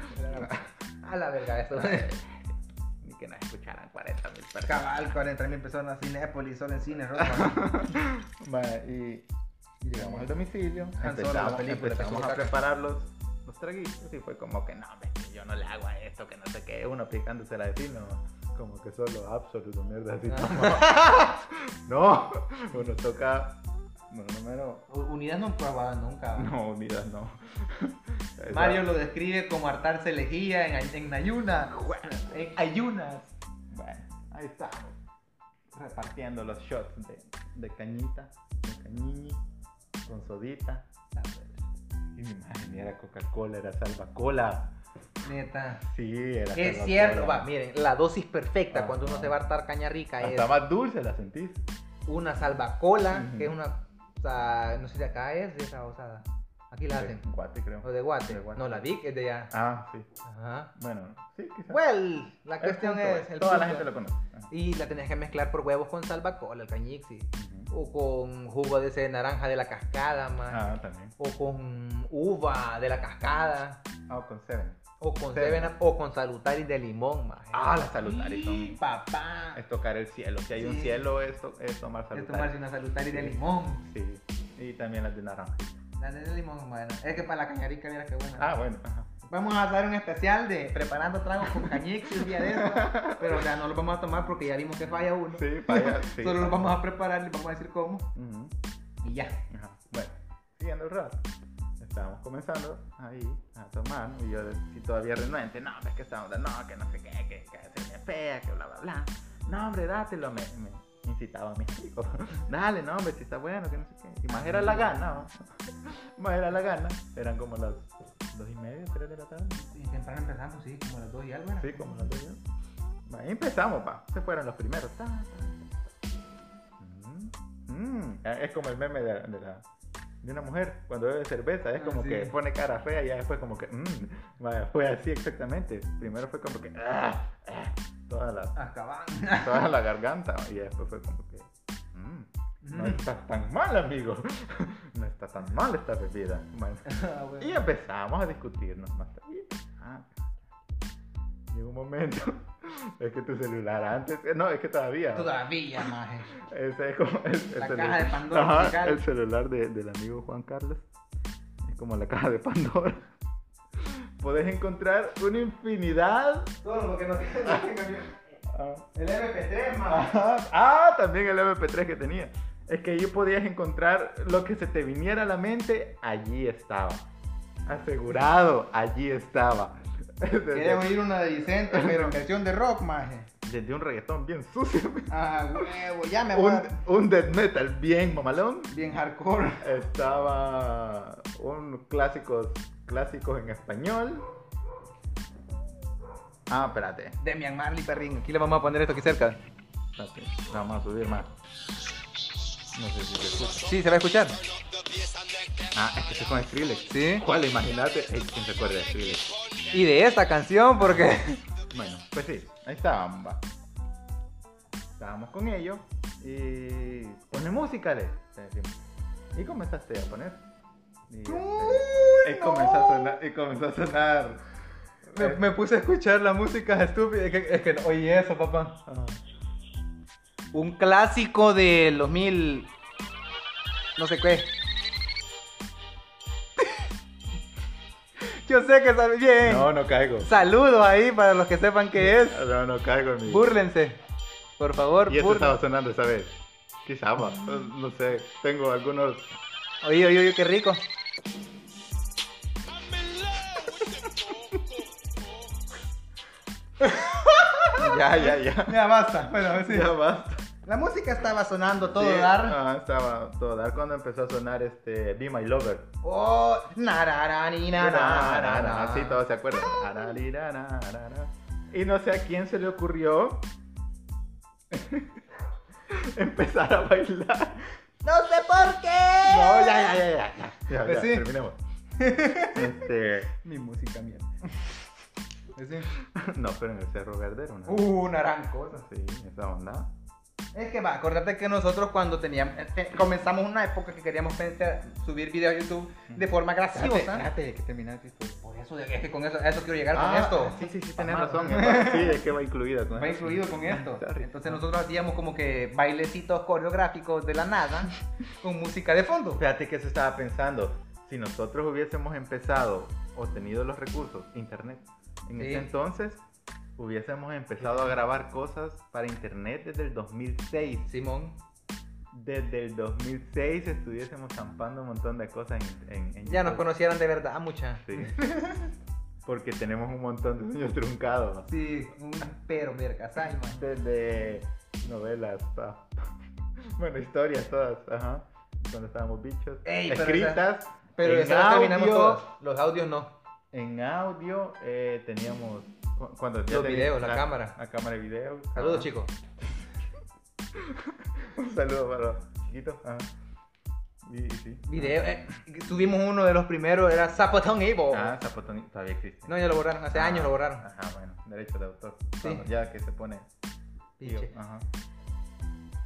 S1: A la verga esto.
S2: Ni que nos escucharan 40 mil personas.
S1: Cabal, 40 mil personas, Cinépolis, solo en cine, (laughs) rojo.
S2: Bueno, y y llegamos al domicilio.
S1: Solo, la
S2: Empezamos,
S1: película,
S2: empezamos
S1: Taco
S2: a
S1: Caca.
S2: preparar los, los traguitos. Y fue como que no, hombre, que yo no le hago a esto, que no sé qué. Uno picándose la vecino. Como que solo absoluto mierda así. (laughs) No, uno toca. Bueno, número.
S1: Unidad no probada nunca.
S2: No, unidas (laughs) no.
S1: Mario lo describe como hartarse lejía en, en ayunas. En ayunas.
S2: Bueno, ahí estamos. Repartiendo los shots de, de cañita, de cañiñi, con sodita. Y mi madre ni era Coca-Cola, era Salva-Cola.
S1: Neta.
S2: Sí, era
S1: Es
S2: Salva-Cola.
S1: cierto, va, miren, la dosis perfecta
S2: Ajá.
S1: cuando uno se va a hartar caña rica es
S2: Ah. Hasta más dulce la sentís.
S1: una salvacola,
S2: Ujú.
S1: que es una, o sea, no sé si de acá es, de esa osada. Aquí la hacen.
S2: De Guate, creo.
S1: O de Guate.
S2: De Guate.
S1: No, la Vic es de allá.
S2: Ah, sí. (laughs)
S1: Ajá.
S2: Bueno, sí, quizás.
S1: Well, la
S2: El
S1: cuestión
S2: punto eh.
S1: es, el
S2: Toda la
S1: punto.
S2: gente lo conoce. Ah. Ajá.
S1: Y la tenés que mezclar por huevos con salvacola, el cañixi.
S2: Ujú.
S1: O con jugo de ese de naranja de la cascada, man.
S2: Ah, también.
S1: o con uva de la cascada,
S2: Ah, con Seven.
S1: o con
S2: Seven.
S1: Seven Up, o con salutari de limón, maje.
S2: Ah, las salutari son-
S1: Sí, papá.
S2: Ah. Es tocar el cielo. Si hay un
S1: Sí.
S2: cielo, es, to- es tomar
S1: Es
S2: salud.
S1: tomarse una salutari de limón.
S2: Sí. Y también las de naranja.
S1: La de limón, bueno. Es que para la cañarica, mira qué buena.
S2: Ah, bueno. Ajá.
S1: Vamos a hacer un especial de preparando tragos con cañixi un día de esto. Pero ya no lo vamos a tomar porque ya vimos que falla uno.
S2: Sí, para allá.
S1: (laughs)
S2: Sí,
S1: Solo lo
S2: para-
S1: vamos a preparar, le vamos a decir cómo.
S2: Ujú.
S1: Y ya.
S2: Ajá. Bueno, siguiendo el rato. Estábamos comenzando ahí a tomar. Y yo, si todavía renuente, no, hombre, es que esta onda, no, que no sé qué, que, que se me fea, que bla, bla, bla. No, hombre, dátelo, me, me incitaba a mi amigo. (laughs) Dale, no, hombre, si está bueno, que no sé qué. Y más era la gana, ¿no? (laughs) más era la gana. Eran como las dos y media, tres de la tarde.
S1: Y temprano empezamos, sí, como a las dos y algo. era.
S2: Sí, como la anterior. Ahí empezamos, pa. Se fueron los primeros. Ta, ta, ta. Mm, mm. Es como el meme de, de la- de una mujer cuando bebe cerveza. Es
S1: Ah,
S2: como
S1: sí.
S2: que pone cara fea y ya después como que... mm. Vaya, Fue así exactamente. Primero fue como que... ah, ah, toda, la, (laughs)
S1: Acaban.
S2: toda la garganta. Y ya después fue como que... mm, No está tan mal, amigo. (laughs) No está tan mal esta bebida. Bueno.
S1: (laughs) Ah, bueno.
S2: Y empezamos a discutirnos más tarde. Ah. Llegó un momento. (laughs) Es que tu celular antes. eh, No, es que todavía.
S1: Todavía, maje.
S2: Ese es como. El, el
S1: La
S2: celu-
S1: caja de Pandora
S2: Ajá,
S1: musical.
S2: el celular de- del amigo Juan Carlos. Es como la caja de Pandora. (laughs) Podés encontrar una infinidad.
S1: Todo lo que no tiene.
S2: Ah,
S1: El MP3, más.
S2: ajá. Ah, también el MP3 que tenía. Es que ahí podías encontrar lo que se te viniera a la mente. Allí estaba. Asegurado, allí estaba. (laughs)
S1: Quería oír una de Vicente, pero en versión de rock, maje.
S2: Desde un reggaetón bien sucio,
S1: Ah, huevo, ya me voy.
S2: un,
S1: a-
S2: un death metal bien mamalón.
S1: Bien hardcore.
S2: Estaba un clásicos clásicos en español. Ah, espérate.
S1: Demian Marley, perrín. Aquí le vamos a poner esto aquí cerca.
S2: espérate. Vamos a subir más. No sé si se escucha.
S1: Sí, se va a escuchar.
S2: Ah, es que estoy con Skrillex.
S1: Sí.
S2: ¿Cuál? Imagínate. Ey, ¿Quién se acuerda de Skrillex?
S1: y de esta canción porque
S2: Bueno, pues sí, ahí estábamos. va. Estábamos con ellos y pone música, le le decimos. Y comenzaste a poner. Y, este, y comenzó a sonar. Y comenzó a sonar.
S1: (laughs) me, me puse a escuchar la música estúpida. Es que, es que no- oye eso, papá.
S2: Ah,
S1: Un clásico de los mil... No sé qué. (laughs) Yo sé que sabes bien.
S2: No, no caigo.
S1: Saludos ahí para los que sepan qué es.
S2: No, no caigo, amigo.
S1: Búrlense. Por favor,
S2: Y eso
S1: búrlense.
S2: estaba sonando esa vez. Quizá, va,
S1: Mm.
S2: no no sé. Tengo algunos.
S1: Oye, oye, oye, qué rico.
S2: Ya, ya, ya.
S1: Ya basta. Bueno,
S2: Ya basta.
S1: La música estaba sonando todo
S2: Sí,
S1: dar.
S2: ah, estaba todo dar cuando empezó a sonar este Be My Lover.
S1: Oh, nararani, nararana.
S2: Así todos se acuerdan. Arariranarara. Y no sé a quién se le ocurrió (laughs) empezar a bailar.
S1: No sé por qué.
S2: No, ya, ya, ya, ya. ya. Ya,
S1: ¡Eh! Pues
S2: ya,
S1: sí.
S2: terminemos. Este,
S1: Mi música mierda. (laughs) Sí.
S2: no, pero en el Cerro Verde era una.
S1: Uh, narancosa.
S2: Sí, esa onda.
S1: Es que va, acordate que nosotros cuando teníamos, eh, te- comenzamos una época que queríamos pensar- subir videos a YouTube de forma graciosa.
S2: que terminaste esto.
S1: Por eso, es que con eso, a eso quiero llegar
S2: Ah,
S1: con esto.
S2: Sí, sí, sí, tenés
S1: Mamá.
S2: razón. papá. Sí, es que va incluida. con
S1: Va
S2: eso.
S1: incluido con
S2: (laughs)
S1: esto.
S2: Está rico.
S1: Entonces nosotros hacíamos como que bailecitos coreográficos de la nada con música de fondo.
S2: Fíjate que eso estaba pensando. Si nosotros hubiésemos empezado o tenido los recursos, internet, en
S1: Sí.
S2: ese entonces hubiésemos empezado a grabar cosas para internet desde el 2006.
S1: Simón,
S2: Desde el 2006 estuviésemos zampando un montón de cosas en, en- en
S1: ya nos
S2: YouTube.
S1: conocieron de verdad, mucha.
S2: Sí. Porque tenemos un montón de sueños truncados. ¿no?
S1: Sí, un pero verga, Salma.
S2: Desde novelas, pa- (laughs) bueno, historias todas, ajá. Cuando estábamos bichos.
S1: Ey, pero
S2: escritas.
S1: Pero
S2: en
S1: eso lo terminamos
S2: audio,
S1: todos. Los audios no.
S2: En audio eh, teníamos. cu- Cuando ya
S1: Los
S2: tenía-
S1: videos, la cámara.
S2: La cámara de video.
S1: Saludos,
S2: Ajá.
S1: chicos.
S2: Un (laughs) saludo para los chiquitos. Ajá. Y, y sí.
S1: Video, eh, tuvimos uno de los primeros, era Zapatón Evil.
S2: Ah, Zapotón todavía existe.
S1: No, ya lo borraron, hace
S2: Ah,
S1: años lo borraron.
S2: Ajá, bueno, derecho de autor.
S1: Sí.
S2: Cuando- ya que se pone. tío,
S1: Pinche.
S2: Ajá.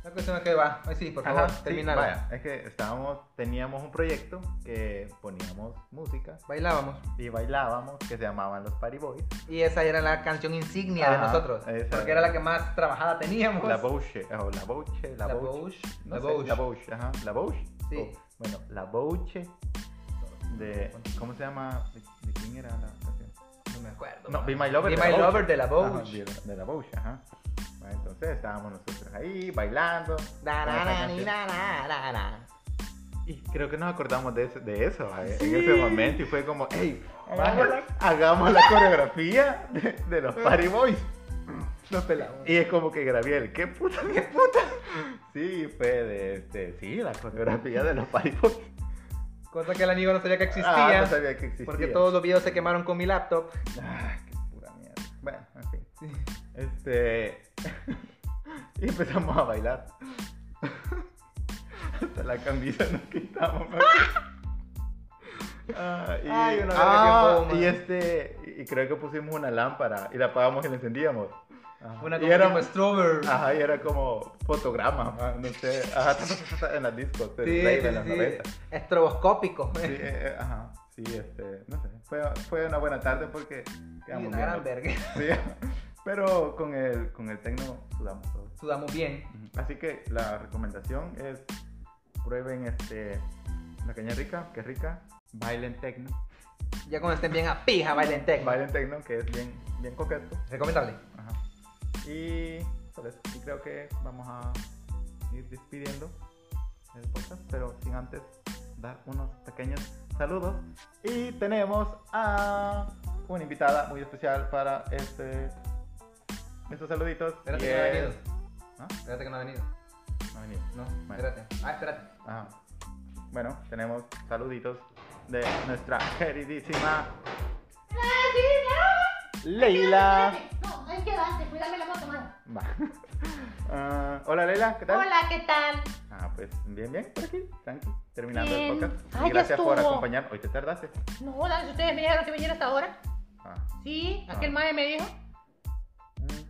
S1: La cuestión es que va. Ay, sí, por
S2: Ajá,
S1: favor,
S2: sí,
S1: terminalo.
S2: vaya, es que estábamos, teníamos un proyecto que poníamos música
S1: Bailábamos.
S2: y bailábamos que se llamaban los Party Boys.
S1: Y esa era la canción insignia de
S2: Ajá,
S1: nosotros.
S2: esa
S1: Porque
S2: era.
S1: era la que más trabajada teníamos.
S2: La Bouche, o la Bouche, la,
S1: La
S2: Bouche.
S1: Bouche.
S2: No
S1: La
S2: sé,
S1: Bouche.
S2: La Bouche, ajá. La Bouche.
S1: Sí.
S2: Oh, bueno, la Bouche de. ¿Cómo se llama? ¿De, de quién era la canción?
S1: No me acuerdo.
S2: No,
S1: man.
S2: Be My Lover.
S1: Be
S2: de
S1: My
S2: la Bouche.
S1: Lover de la Bouche.
S2: Ajá, de, la- de la Bouche, ajá. Bueno, Entonces estábamos nosotros ahí bailando.
S1: Da,
S2: con
S1: da, da,
S2: esa canción.
S1: ni, da, da, da, da.
S2: Y creo que nos acordamos de eso, de eso eh,
S1: Sí.
S2: en ese momento y fue como, hey,
S1: Hagamos
S2: hagamos la, hagamos la coreografía de, de los Party Boys.
S1: Los pelamos.
S2: Y es como que Gabriel, qué puta, qué
S1: (laughs)
S2: puta. Sí, fue de este, sí, la coreografía de los Party Boys.
S1: Cosa que el amigo no sabía que
S2: Ah,
S1: existía.
S2: no sabía que existía.
S1: porque todos los videos se quemaron con mi laptop.
S2: Ah, qué pura mierda. Bueno, en fin. Este. (laughs) y empezamos a bailar. (laughs) Hasta la camisa nos quitamos.
S1: (laughs)
S2: me acuerdo. Ah, y,
S1: Ay, una verga que
S2: ah,
S1: boba.
S2: y este y creo que pusimos una lámpara y la apagamos y la encendíamos Ajá.
S1: Una
S2: y
S1: como
S2: era Ah,
S1: tipo Strober.
S2: ajá, y era como fotograma ma, no sé ajá, en las discos del
S1: Sí,
S2: rey de
S1: sí,
S2: los
S1: sí.
S2: 90
S1: Estroboscópico.
S2: Sí, eh, ajá. Sí, este, no sé. Fue, fue una buena tarde porque
S1: (laughs) Y
S2: quedamos
S1: una
S2: bien
S1: gran
S2: locos.
S1: verga.
S2: Sí, (laughs) pero con el, con el tecno sudamos todos.
S1: Sudamos bien.
S2: Así que la recomendación es prueben este la caña rica, que es rica, bailen tecno,
S1: Ya cuando estén bien a pija, bailen tech.
S2: bailen tecno que es bien, bien coqueto.
S1: Recomendable.
S2: Ajá. Y, solo eso. Y creo que vamos a ir despidiendo el podcast, pero sin antes dar unos pequeños saludos. Y tenemos a una invitada muy especial para este estos saluditos.
S1: Espérate
S2: Y
S1: que no ha
S2: es-
S1: venido.
S2: ¿Ah?
S1: Espérate que no ha venido.
S2: No ha venido.
S1: No,
S2: Bueno.
S1: espérate. Ah, espérate.
S2: Ajá. Bueno, tenemos saluditos de nuestra queridísima Leila.
S4: No, ahí quedaste, cuídame la moto, mano.
S2: Va. (laughs) Ah, hola Leila, ¿qué tal?
S4: Hola, ¿qué tal?
S2: Ah, pues bien, bien, por aquí, tranqui, terminando el
S4: Bien.
S2: podcast. Y
S4: Ay, ya
S2: gracias por
S4: estuvo.
S2: acompañarnos. Hoy te tardaste.
S4: No, dale, ustedes me dijeron que viniera hasta ahora.
S2: Ah,
S4: Sí,
S5: Sí,
S2: Ah.
S5: aquel mae me dijo.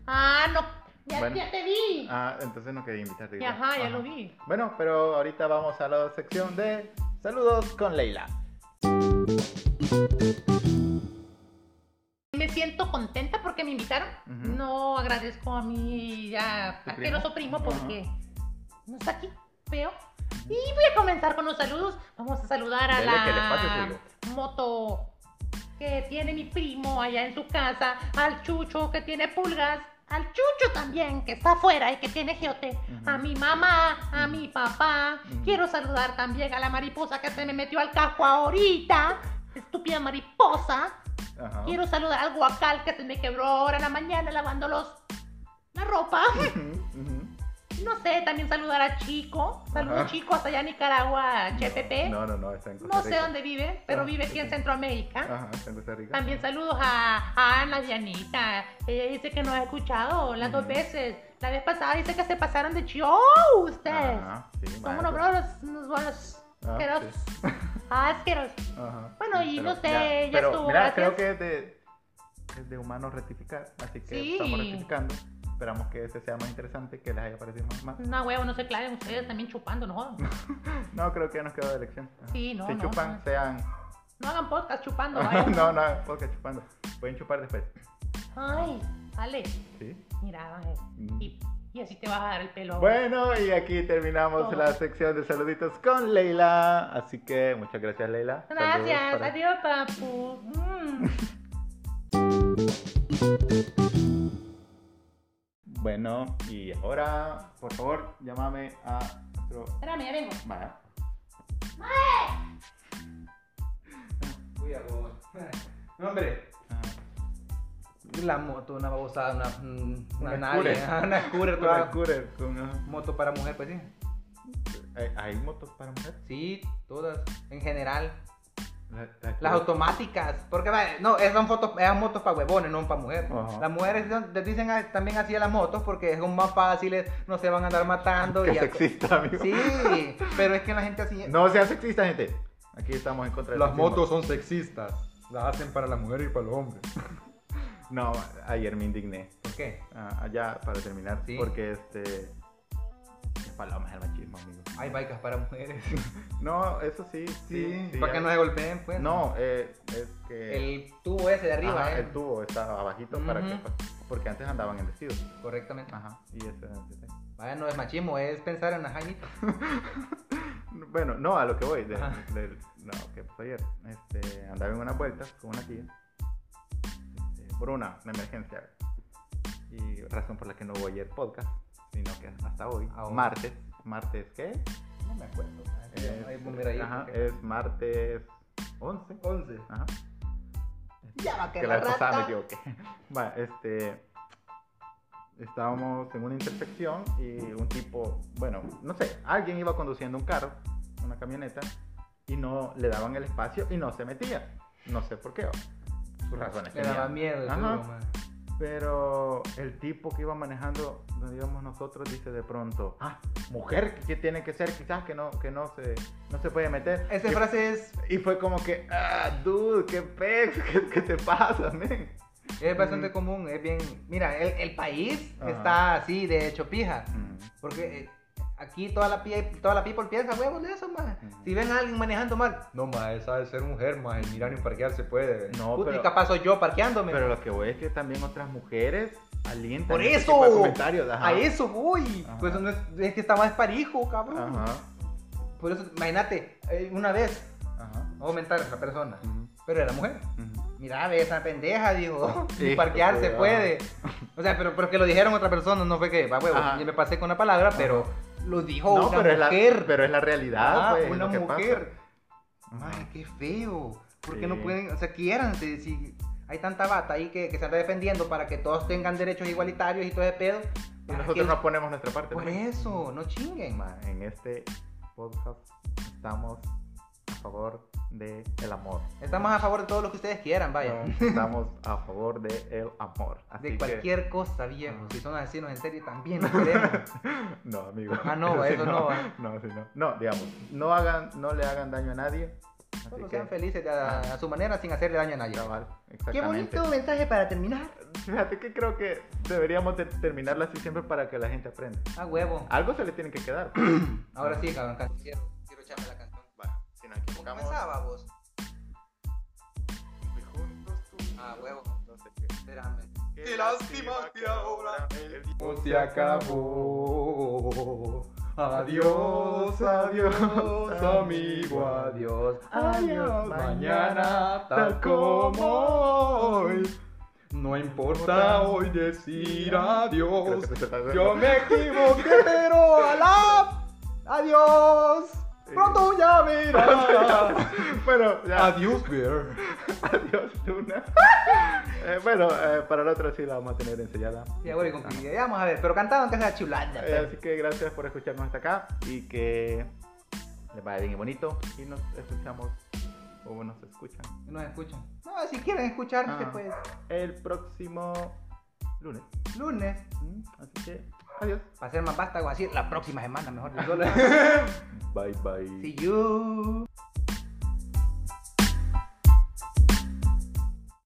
S5: Ah, no.
S4: Ya,
S2: Bueno.
S4: ya te vi.
S2: Ah, entonces no quería invitarte.
S5: Y
S2: ¿verdad?
S5: Ajá, ya lo vi.
S2: Bueno, pero ahorita vamos a la sección de saludos con Leila.
S5: Me siento contenta porque me invitaron.
S2: Ujú.
S5: No agradezco a mi ya
S2: ¿Tu
S5: asqueroso
S2: primo?
S5: primo porque no está aquí, veo. Y voy a comenzar con los saludos. Vamos a saludar a
S2: Dele que le pase,
S5: la
S2: Julio.
S5: moto que tiene mi primo allá en su casa, al chucho que tiene pulgas, al chucho también que está afuera y que tiene giote,
S2: Ujú.
S5: a mi mamá, a mi papá.
S2: Ujú.
S5: Quiero saludar también a la mariposa que se me metió al casco ahorita. Estúpida mariposa.
S2: Ajá.
S5: Quiero saludar al guacal que se me quebró ahora en la mañana lavándolos la ropa.
S2: (laughs) Ujú, ujú.
S5: No sé, también saludar a Chico. Saludos
S2: Ajá.
S5: Chico hasta allá en Nicaragua, a HPP. ¿Eh? No,
S2: No, no, no, está en Costa
S5: sé
S2: Rica.
S5: dónde vive, pero
S2: Ah,
S5: vive aquí en
S2: ok.
S5: Centroamérica.
S2: Ajá, está en Costa Rica.
S5: También saludos a, a Ana Dianita. Ella dice que nos ha escuchado las dos
S2: Ujú.
S5: veces. La vez pasada dice que se pasaron de chivo ¡Oh, ustedes.
S2: Ajá, sí,
S5: Son
S2: madre.
S5: unos brolos, unos ah, bolos
S2: pues. Ah,
S5: asquerosos. Asquerosos.
S2: Ajá.
S5: Bueno, y no sé, ya
S2: pero,
S5: estuvo,
S2: Mira,
S5: gracias.
S2: creo que es de, es de humanos rectificar, así que
S5: Sí.
S2: estamos rectificando. Esperamos que este sea más interesante, que les haya parecido más. más.
S5: No, huevo, no se claven ustedes también chupando, no jodan.
S2: (laughs) No, creo que ya nos quedó de elección. Ajá.
S5: Sí, no,
S2: Si
S5: no,
S2: chupan,
S5: no.
S2: sean.
S5: No eh. hagan podcast chupando,
S2: (laughs)
S5: vaya.
S2: Ah, no, no, porque chupando. Pueden chupar después.
S5: Ay, vale.
S2: Sí. Mm.
S5: Mira, eh, y, y así te vas a dar el pelo.
S2: Bueno, y aquí terminamos la sección de saluditos con Leila. Así que muchas gracias, Leila. Saludos
S5: Gracias,
S2: para-
S5: adiós, papu. Mm.
S2: Bueno, y ahora, por favor, llámame a nuestro
S5: Espérame, ya vengo.
S2: Mara.
S1: Cuida, vos. (laughs) No, hombre.
S2: Ah,
S1: La moto, una babosada, una, mm, una,
S2: Una
S1: nave,
S2: scooter.
S1: ajá, una scooter,
S2: Con el
S1: toda
S2: cooler, con, ajá.
S1: moto para mujer, pues sí.
S2: ¿Hay, hay motos para mujer?
S1: Sí, todas, en general.
S2: La- la-
S1: Las automáticas, porque vaya, no, esas son fotos, esas motos para huevones, no para mujeres.
S2: Ajá.
S1: Las mujeres son- les dicen ah, también así a las motos porque son más fáciles, no se van a andar matando.
S2: Qué
S1: y a-
S2: sexista, amigo.
S1: Sí, pero es que la gente así.
S2: No sean sexistas, gente. Aquí estamos en contra del sexismo.
S1: son sexistas, las hacen para las mujeres y para los hombres.
S2: No, ayer me indigné.
S1: ¿Por qué?
S2: Ah, allá, para terminar.
S1: Sí.
S2: Porque este. Qué palomas el machismo, amigo.
S1: Hay bikes para mujeres.
S2: No, eso sí.
S1: Sí, (laughs)
S2: sí, sí,
S1: para que
S2: hay-
S1: no se golpeen, pues.
S2: No, eh, es que.
S1: El tubo ese de arriba,
S2: Ajá,
S1: eh.
S2: el tubo está abajito para que
S1: Ujú.
S2: porque antes andaban en vestidos.
S1: Correctamente.
S2: Ajá. Y ese era el detalle.
S1: Vaya, no es machismo, es pensar en las jainitas.
S2: Bueno, no, a lo que voy, de-
S1: Ajá.
S2: del- no, que pasó ayer. Este, andaba en unas vueltas con una tía este, por una, una emergencia. Y razón por la que no hubo ayer podcast, sino que hasta hoy,
S1: Ahora.
S2: martes, martes ¿qué?
S1: No me acuerdo.
S2: Es,
S1: Ahí, pues, mira ahí,
S2: ajá,
S1: porque-
S2: es martes 11.
S1: 11.
S2: Ajá.
S1: Ya va a
S2: que la pasada me equivoqué. (laughs) Va, este. Estábamos en una intersección y un tipo, bueno, no sé, alguien iba conduciendo un carro, una camioneta, y no le daban el espacio y no se metía. No sé por qué. Sus razones.
S1: Le daba
S2: tenía.
S1: miedo.
S2: Ajá.
S1: seguro, man.
S2: Pero el tipo que iba manejando donde íbamos nosotros dice de pronto, ah, mujer, que tiene que ser quizás que no, que no se, no se puede meter.
S1: Esa
S2: Y-
S1: frase es,
S2: Y fue como que, ah, dude, qué pez, (laughs) ¿qué, qué te pasa, men?
S1: es bastante común, es bien... Mira, el, el país
S2: Mm. Ajá.
S1: está así, de hecho, pija.
S2: Mm.
S1: Porque eh, aquí toda la, pie, toda la people piensa, huevos de eso, más.
S2: Ujú.
S1: Si ven a alguien manejando mal, no, más, esa de ser mujer, más, el mirar y parquear se puede.
S2: No,
S1: Puta,
S2: pero-
S1: y capaz soy yo parqueándome.
S2: Pero lo que voy es que también otras mujeres alientan
S1: Por
S2: ese
S1: eso,
S2: tipo de comentarios. ajá.
S1: a eso voy.
S2: Ajá.
S1: Pues eso no es, es que está más parijo, cabrón.
S2: Ajá,
S1: Por eso, imagínate, eh, una vez,
S2: ajá.
S1: va a aumentar la persona,
S2: Ujú,
S1: pero era mujer.
S2: ujú.
S1: Mira, ve esa pendeja,
S2: (laughs)
S1: dijo. (laughs)
S2: Hijo
S1: Y parquear se
S2: de-
S1: puede. O sea, pero, pero que lo dijeron otra persona, no fue que, va huevo,
S2: Ajá.
S1: yo me pasé con la palabra, pero lo dijo
S2: No,
S1: una
S2: pero
S1: mujer.
S2: es la, pero es la realidad,
S1: Ah,
S2: pues, es
S1: una
S2: lo que pasa.
S1: mujer.
S2: Ajá.
S1: Ay, qué feo. Porque
S2: Sí.
S1: no pueden, o sea, quiéranse. Si hay tanta bata ahí que, que se anda defendiendo para que todos tengan derechos igualitarios y todo ese pedo.
S2: Y
S1: ¿para
S2: nosotros
S1: qué?
S2: no ponemos nuestra parte.
S1: Por
S2: ¿no?
S1: eso, no chinguen, man.
S2: Ma, En este podcast estamos a favor del el amor.
S1: Estamos a favor de todo lo que ustedes quieran, vaya.
S2: Estamos a favor del el amor. Así
S1: De
S2: que-
S1: cualquier cosa, viejo.
S2: Ajá.
S1: Si son asesinos en serie, también lo
S2: (laughs)
S1: queremos.
S2: No, amigo.
S1: Ah, no,
S2: (laughs) sí
S1: eso no va.
S2: No, sí no. No, digamos, no, hagan, no le hagan daño a nadie. Así
S1: Solo
S2: que,
S1: sean felices a, a su manera sin hacerle daño a nadie.
S2: cabal,
S1: Qué
S2: exactamente.
S1: bonito mensaje para terminar.
S2: Fíjate que creo que deberíamos de terminarla así siempre para que la gente aprenda.
S1: A huevo.
S2: Algo se le tiene que
S1: (clears throat)
S2: quedar.
S1: Ah, Ahora sí, cabrón, can- quiero, quiero echarme la canción.
S2: Bueno, si nos
S1: ¿Cómo empezaba vos?
S2: juntos tú.
S1: Ah, huevo.
S2: No sé qué.
S1: Espérame.
S2: Qué lástima que ahora el tiempo
S1: Pues se acabó. Adiós, adiós, amigo, adiós. Adiós, mañana, tal como hoy. No importa hoy decir
S2: Creo que
S1: adiós.
S2: se está dando.
S1: Yo me equivoqué, pero a la... Adiós. Pronto ya (laughs) verás.
S2: Bueno, ya.
S1: (laughs) Adiós, girl.
S2: Adiós, Luna. (laughs) Eh, bueno, eh, para la otra sí la vamos a tener enseñada.
S1: Ya, bueno, y con que- ya vamos a ver, pero cantaban que sea chulada.
S2: Eh, así que gracias por escucharnos hasta acá y que les vaya bien y bonito. Y nos escuchamos o nos escuchan
S1: Que nos escuchan. No, si quieren escucharse,
S2: Ah.
S1: pues
S2: el próximo lunes.
S1: lunes.
S2: Mm, Así que adiós.
S1: Para (laughs) ser más vástago así, la próxima semana mejor. Solo-
S2: Bye bye.
S1: See you.